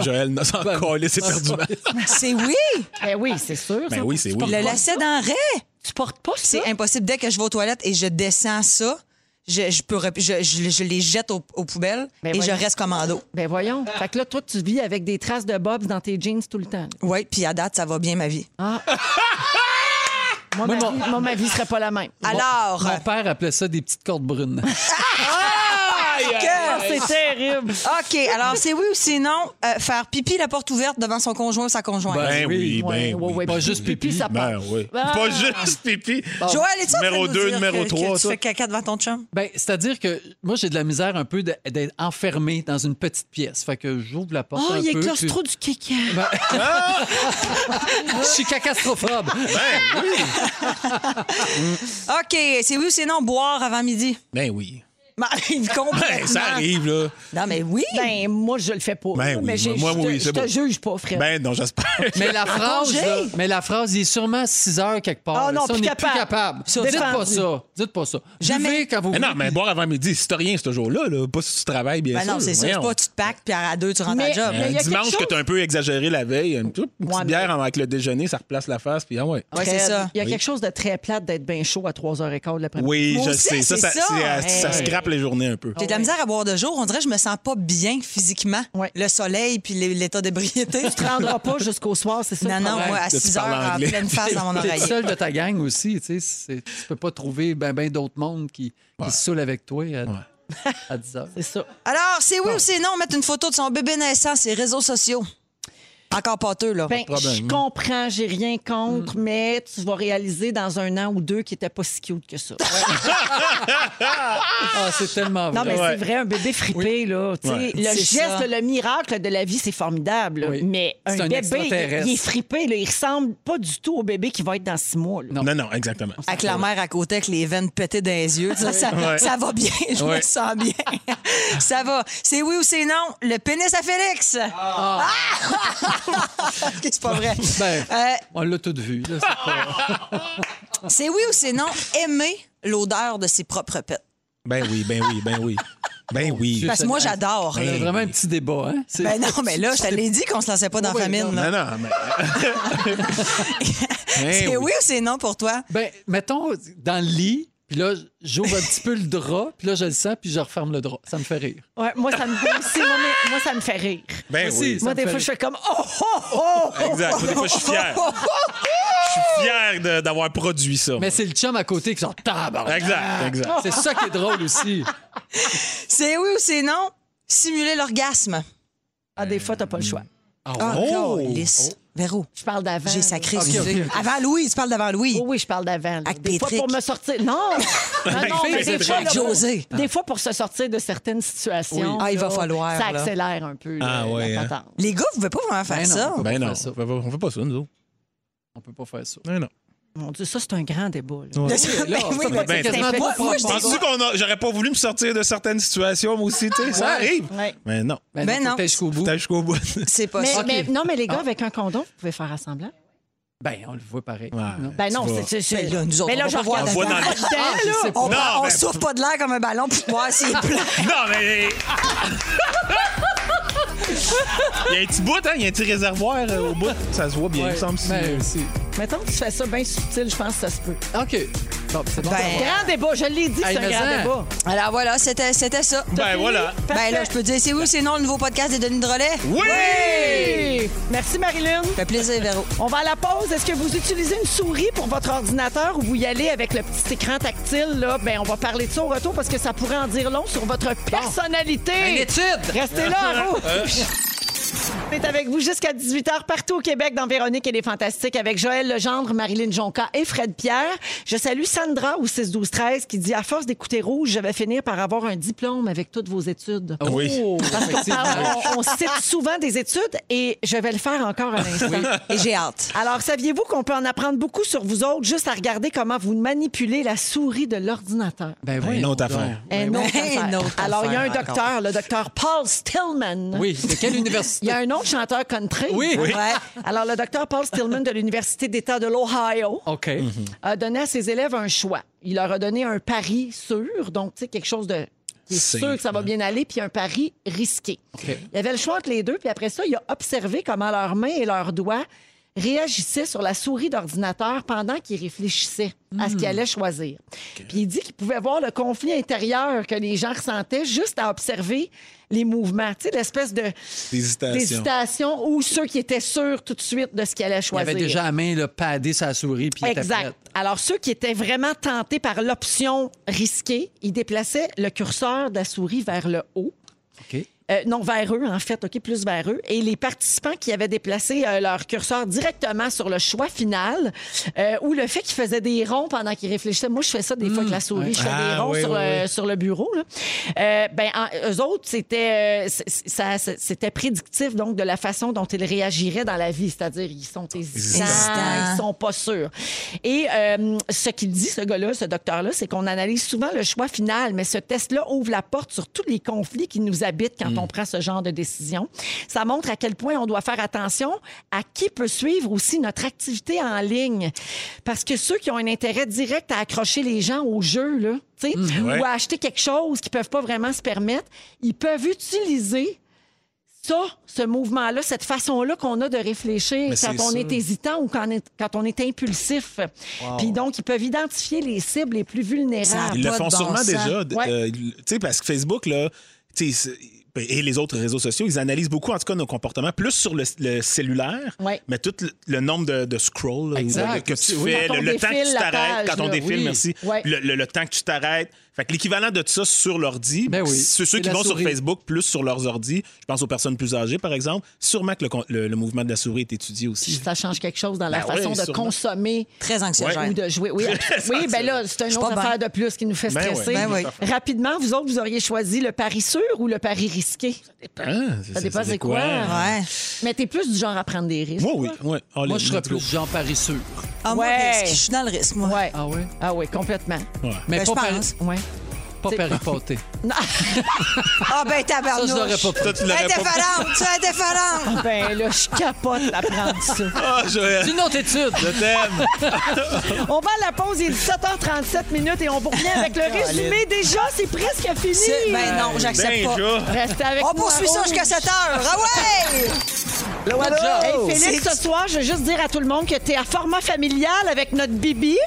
Joël n'a s'en collé, c'est perdument.
c'est oui.
Ben oui, c'est sûr.
Ben oui, c'est oui.
Le lacet d'enraie,
Tu portes pas ça?
c'est impossible. Dès que je vais aux toilettes et je descends ça, je, je, peux, rep- je, je- je les jette au- aux, poubelles
Ben
et je
voyons.
reste commando.
Ben voyons. Fait que là, toi, tu vis avec des traces de bobs dans tes jeans tout le temps.
Oui, puis à date, ça va bien ma vie.
Moi, ma, vie, moi, ma vie serait pas la même.
Alors,
Mon père appelait ça des petites cordes brunes.
que-
c'est terrible.
[laughs] OK, alors c'est oui ou c'est non, euh, faire pipi la porte ouverte devant son conjoint ou sa conjointe.
Ben oui,
Ouais,
ben
ouais, ouais.
oui.
Pas juste pipi.
Pipi, ça part.
Ben oui.
Ah.
Pas juste pipi.
Joël, es-tu en train de
Numéro
nous
deux,
dire
numéro
que-
trois,
que tu
ça?
fais caca devant ton chum?
Ben, c'est-à-dire que moi, j'ai de la misère un peu de- d'être enfermé dans une petite pièce. Fait que j'ouvre la porte
Oh,
un
il
peu.
éclose
puis-
trop du Ah! kéké.
Ben- [laughs] Je suis cacastrophobe.
Ben oui.
OK, c'est oui ou c'est non, boire avant midi?
Ben oui.
Ben, [laughs] il comprend.
Ben, ça arrive, là.
Non, mais oui.
Ben, moi, je le fais pas.
Ben oui,
mais j'ai-
moi,
je
moi,
te-
oui, c'est
Je te
beau.
juge pas, Fred.
Ben non, j'espère.
Mais la phrase,
congé.
là, mais la phrase, il est sûrement 6 heures quelque part.
Ah
là.
non,
Ça, on
plus
n'est plus
capable.
capable. Ça, dites
Défendu.
pas ça. Dites pas ça.
Jamais.
Buvez quand vous
Mais non,
voulez.
mais boire avant midi, c'est rien ce jour-là. Là. Pas si tu travailles, bien
Ben
sûr.
non, c'est ça. C'est
voyons.
pas tu te pactes, puis à deux, tu rentres à
Mais-
la job.
mais-
Un
y a
dimanche
quelque
que t'as un peu exagéré la veille, une, petite- une petite
Ouais, mais-
bière avant avec le déjeuner, ça replace la face, puis ah ouais.
Ouais,
Fred,
c'est ça.
Il y a
Oui.
quelque chose de très plate d'être bien chaud à 3h15 de l'après-midi.
Oui,
Moi
je
aussi,
sais. Ça,
c'est
ça,
ça.
c'est, euh, ça
Hey.
scrape les journées un peu.
J'ai de la misère à boire de jour. On dirait que je me sens pas bien physiquement.
Ouais.
Le soleil puis l'é- l'état
[laughs]
d'ébriété.
Tu te rendras pas jusqu'au soir, c'est ça?
non,
le
non,
problème.
moi, à
Tu
6
parles
heures, en
anglais.
pleine face dans mon
T'es le
oreiller.
seul de ta gang aussi, tu sais. c'est- Tu peux pas trouver ben, ben d'autres mondes qui, qui se saoulent avec toi à, à 10 heures.
C'est ça.
Alors, c'est oui ou c'est non mettre une photo de son bébé naissant sur les réseaux sociaux? Encore pâteux, là.
Ben, je comprends, j'ai rien contre, mais tu vas réaliser dans un an ou deux qu'il était pas si cute que ça.
Ah, c'est tellement
Non,
vrai.
mais
Ouais.
c'est vrai, un bébé frippé, là. tu sais,
Ouais.
Le
C'est
geste,
ça.
le miracle de la vie, c'est formidable. là.
Oui.
Mais un,
C'est un
bébé,
extraterrestre.
il est frippé, là. Il ressemble pas du tout au bébé qui va être dans six mois. là.
Non.
Non, non, exactement.
Avec la mère à côté, avec les veines pétées dans les yeux. Ça, ça,
Ouais.
ça va bien, je me
Ouais.
sens bien. [laughs] ça va. C'est oui ou c'est non? Le pénis à Félix! Ah! [laughs] Ok, c'est pas vrai.
Ben,
Euh,
on l'a tout vu. là,
Ah,
c'est pas-
c'est oui ou c'est non? Aimer l'odeur de ses propres pets.
Ben oui, ben oui, ben oui. Ben oui.
Parce que moi, j'adore. là.
C'est vraiment un petit débat. Hein? C'est-
Ben non, mais là, je te l'ai dit qu'on se lançait pas dans la
Oui,
famine. là.
Non, non, mais.
C'est
Ben
oui. ou c'est non pour toi?
Ben, mettons, dans le lit, puis là, j'ouvre un petit peu le drap, puis là, je le sens, puis je referme le drap. Ça me fait rire.
Ouais, moi, ça me, moi aussi, moi, mais- moi, ça me fait rire.
Ben
Moi
oui.
aussi. Ça
moi,
me
des
fait
fois,
rire.
je fais comme Oh, oh, oh!
Exact. Des fois, je suis fier. Je suis fier de- d'avoir produit ça.
Mais c'est le chum à côté qui sort tabarnak.
Exact, exact.
C'est ça qui est drôle aussi.
C'est oui ou c'est non? Simuler l'orgasme.
Ah, des fois, t'as pas le choix.
Ah,
Oh!
câlisse. Véro,
Je parle d'avant.
j'ai
là.
sacré.
Oh,
excusez. Avant Louis, tu parles d'avant Louis.
oui, je parle d'avant. là.
Avec
Des fois,
Patrick.
pour me sortir. Non!
[laughs]
non, non, mais
c'est
des fois,
vrai.
là, pour-
José.
Des fois, pour se sortir de certaines situations.
Oui. Ah, il va
là,
falloir,
Ça
là.
accélère un peu
Ah,
là,
ouais,
la
hein.
patente.
Les gars, vous pouvez pas vraiment faire
Ben non.
ça.
Ben non,
On fait ça.
on fait pas- on fait pas ça, nous autres.
On peut pas faire ça.
Non, non.
Mon Dieu, ça, c'est un grand débat. là.
Ouais.
Ben
Là,
oui,
c'est
ben,
ben,
c'est
quasiment
fait-
trop
Moi,
fort.
je
Penses-tu qu'on a- j'aurais pas voulu me sortir de certaines situations, moi aussi, tu sais? Ça
Ouais.
arrive.
Ouais.
Mais non.
Ben,
Ben
faut
non.
que t'ailles jusqu'au bout.
T'as jusqu'au bout.
c'est pas
Mais,
ça.
mais-
Ok.
non, mais les
Ah.
gars, avec un condom, vous pouvez faire à semblant.
Ben, on le voit pareil. Non.
Ben non,
Tu vas-
c'est. c'est-
Ben là, nous autres,
mais là,
on va
je
pas voir
regarde
la
pas
voix
le temps,
Ah, je
là.
sais pas.
On,
Non,
on
ben-
souffle pas de l'air comme un ballon pour voir [laughs] s'il est plein.
Non, mais. Il y a un petit bout, hein? Il y a un petit réservoir euh, au bout. Ça se voit bien, il me
Ouais,
semble. si-
ben, c'est-
Mettons que tu fais ça bien subtil, je pense que ça se peut.
OK. Bon, c'est bon.
Ben,
Grand débat, je l'ai dit,
Hey,
c'est un
mais
grand
ça.
débat.
Alors voilà, c'était c'était ça.
Ben voilà.
Ben là, je peux dire, c'est oui ou c'est non le nouveau podcast des Denis Drolet?
Oui!
Hey! Merci, Marilyn.
Ça fait plaisir, Véro.
On va à la pause. Est-ce que vous utilisez une souris pour votre ordinateur ou vous y allez avec le petit écran tactile? Là? Ben, on va parler de ça au retour parce que ça pourrait en dire long sur votre personnalité.
Une étude! Euh.
Restez
[laughs]
là, en rouge. On est avec vous jusqu'à 18h partout au Québec dans Véronique et les Fantastiques avec Joël Legendre, Marilyn Jonca et Fred Pierre. Je salue Sandra au 6-12-13 qui dit À force d'écouter rouge, je vais finir par avoir un diplôme avec toutes vos études.
Ah
Oh,
Oui.
Parce qu'on
Ben
parle- on, on cite souvent des études et je vais le faire encore à l'instant.
Et j'ai hâte.
Alors, saviez-vous qu'on peut en apprendre beaucoup sur vous autres juste à regarder comment vous manipulez la souris de l'ordinateur?
Ben
Une autre affaire.
Un autre
[laughs]
oui.
affaire.
Un autre
Alors, il y a un
affaire,
docteur, le docteur Paul Stillman.
Oui, de quelle
Il y
université?
a un autre chanteur country.
Oui. Oui.
Ouais.
Alors, le docteur Paul Stillman de l'Université d'État de l'Ohio
OK.
Mhm.
a donné à ses élèves un choix. Il leur a donné un pari sûr, donc, tu sais, quelque chose de. qui est
C'est-
sûr que ça va bien aller, puis un pari risqué. Il y avait le choix entre les deux, puis après ça, il a observé comment leurs mains et leurs doigts réagissaient sur la souris d'ordinateur pendant qu'ils réfléchissaient à ce qu'ils allaient choisir. Puis il dit qu'il pouvait voir le conflit intérieur que les gens ressentaient juste à observer les mouvements, tu sais, l'espèce de
Hésitation.
d'hésitation ou ceux qui étaient sûrs tout de suite de ce qu'ils allaient
Il
choisir.
avait déjà à main le padé sa souris puis il était prêt.
Exact. Alors, ceux qui étaient vraiment tentés par l'option risquée, ils déplaçaient le curseur de la souris vers le haut.
OK.
Euh, non, vers eux, en fait, OK, plus vers eux. Et les participants qui avaient déplacé euh, leur curseur directement sur le choix final euh, ou le fait qu'ils faisaient des ronds pendant qu'ils réfléchissaient. Moi, je fais ça des fois avec la souris. Je fais des
Hmm. Ah,
ronds
oui,
sur,
oui,
le,
oui.
sur le bureau. Là. Euh, ben, en- eux autres, c'était euh, c- c- ça- c- c'était prédictif donc de la façon dont ils réagiraient dans la vie. C'est-à-dire, ils sont hésitants,
Hésitants.
ils sont pas sûrs. Et euh, ce qu'il dit, ce gars-là, ce docteur-là, c'est qu'on analyse souvent le choix final, mais ce test-là ouvre la porte sur tous les conflits qui nous habitent quand on prend ce genre de décision. Ça montre à quel point on doit faire attention à qui peut suivre aussi notre activité en ligne. Parce que ceux qui ont un intérêt direct à accrocher les gens au jeu, là, tu sais,
Ouais.
ou à acheter quelque chose qu'ils peuvent pas vraiment se permettre, ils peuvent utiliser ça, ce mouvement-là, cette façon-là qu'on a de réfléchir
Mais
quand
c'est
on
ça.
est hésitant ou quand on est, quand on est impulsif. Puis donc, ils peuvent identifier les cibles les plus vulnérables.
Ils le
pas de
font
bon
sûrement
sens.
déjà. d-
Ouais.
euh, tu sais, parce que Facebook, là, tu sais, c'est- ben, et les autres réseaux sociaux, ils analysent beaucoup, en tout cas, nos comportements, plus sur le, le cellulaire,
Ouais.
mais tout le, le nombre de, de scrolls là,
Exact.
ou de- que tu
Oui.
fais,
Quand
le,
on
le temps que
défile
tu
la
t'arrêtes,
page,
quand on
là,
défile,
oui.
merci,
Ouais.
le, le- le temps que tu t'arrêtes. Fait que l'équivalent de ça sur l'ordi,
Ben oui.
c'est
C'est
ceux qui
la
vont
souris.
sur Facebook plus sur leurs ordi, je pense aux personnes plus âgées, par exemple, sûrement que le, con- le- le mouvement de la souris est étudié aussi.
Ça change quelque chose dans la
Ben
façon
oui,
de
sûrement.
consommer
Très
ou
anxiogène.
de jouer.
[laughs]
Oui, oui ben là, c'est une
suis
autre
pas
affaire de plus qui nous fait
Ben ouais.
stresser.
Ben oui.
Rapidement, vous autres, vous auriez choisi le pari sûr ou le pari risqué.
Ah,
Ça dépend
c'est
c'est quoi.
Ouais.
Mais t'es plus du genre à prendre des risques.
Moi, oui. Ouais. All
Moi,
in,
je serais
let's go.
plus Jean Paris sûr.
Ah, moi,
Ouais.
risque. je suis dans le risque, moi.
Ouais.
Ah oui?
Ah oui, complètement.
Mais
Ben, je
pas, Paris,
pense.
Ouais.
pas Paris pâté.
Ah, ben,
Ça,
tabarnouche.
je l'aurais pas pris.
Toi, tu l'aurais pas-
Indifférente, tu es indifférente.
Ben là, je capote à prendre ça.
Ah, Joël,
Une autre étude!
Ah,
je t'aime.
On va à la pause, il est 17h37 minutes et on vous revient avec le résumé. Déjà, c'est presque fini.
C'est- Ben non, j'accepte pas.
Déjà.
Restez avec
On
nous,
poursuit ça
Harold.
jusqu'à 7 heures. Ah ouais!
Allô, allô? Hey, Félix,
C'est-
ce soir, je veux juste dire à tout le monde que tu es à format familial avec notre Bibi.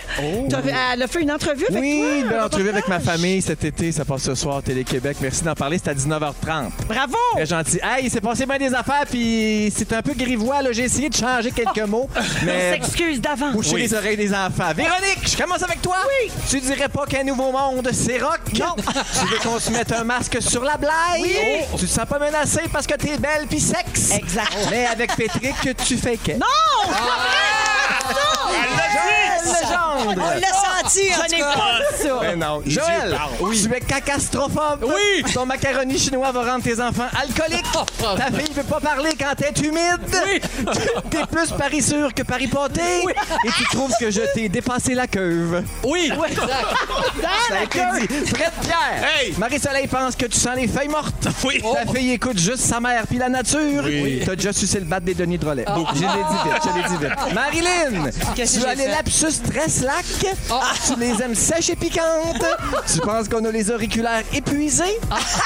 T'as- Elle a fait une entrevue avec toi.
Oh. Oui,
un
belle entrevue avec ma
reportage.
famille cet été. Ça passe ce soir au Télé-Québec. Merci d'en parler. C'est à 19h30.
Bravo!
Très gentil. Hey, il s'est passé bien des affaires, puis c'est un peu grivois. là. J'ai essayé de changer quelques [laughs] mots,
On
mais
s'excuse d'avant.
boucher les oreilles des enfants. Véronique, je commence avec toi. Oui. Tu dirais pas qu'un nouveau monde, c'est rock? Non. tu veux qu'on se mette un masque sur la blague? Oui. Tu te sens pas menacé parce que t'es belle puis sexe?
Exact.
Mais avec Patrick, que tu fais que? Non! Légende!
On l'a senti, en
Je n'ai
tout cas.
pas dit ça.
Ben non.
Les yeux
Joël,
parlent.
tu es cacastrophobe. Oui. Ton macaroni chinois va rendre tes enfants alcooliques.
Oh,
Ta fille veut pas parler quand t'es humide. Oui. [laughs] T'es plus Paris sûr que Paris pâté. Et tu trouves que je t'ai dépassé la queuve.
Oui! Exact.
Ça a été dit. Fred Pierre.
Hey.
Marie-Soleil pense que tu sens les feuilles mortes.
[laughs] Oui.
Ta fille écoute juste sa mère puis la nature.
Oui.
T'as déjà sucé le bat des Denis Drolet. Je l'ai dit vite, je l'ai dit vite. Marilyn, tu as les lapsus très slack. Ah, Tu les aimes sèches et piquantes. tu penses qu'on a les auriculaires épuisés.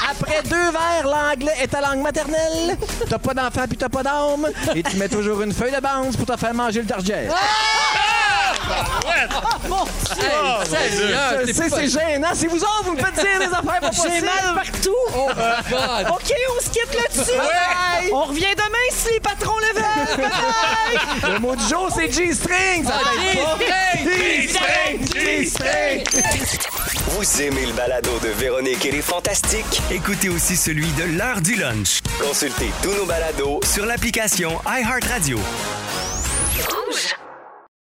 Après deux verres, l'anglais est ta langue maternelle. T'as pas d'enfant puis t'as pas d'âme. Et tu mets toujours une feuille de bande pour te faire manger le target.
Mon Dieu!
Ah, mon Dieu.
Je sais, c'est gênant. C'est vous autres, vous me faites dire des affaires pas
J'ai
possibles.
mal partout.
Oh, God.
OK, on se quitte là-dessus.
Ouais.
On revient demain si les patrons le veulent. Bye-bye.
Le mot du jour, c'est G-string. Ça t'aide pas.
G-string,
G-string.
Vous aimez le balado de Véronique et les Fantastiques? Écoutez aussi celui de l'heure du lunch. Consultez tous nos balados sur l'application iHeartRadio.
Rouge.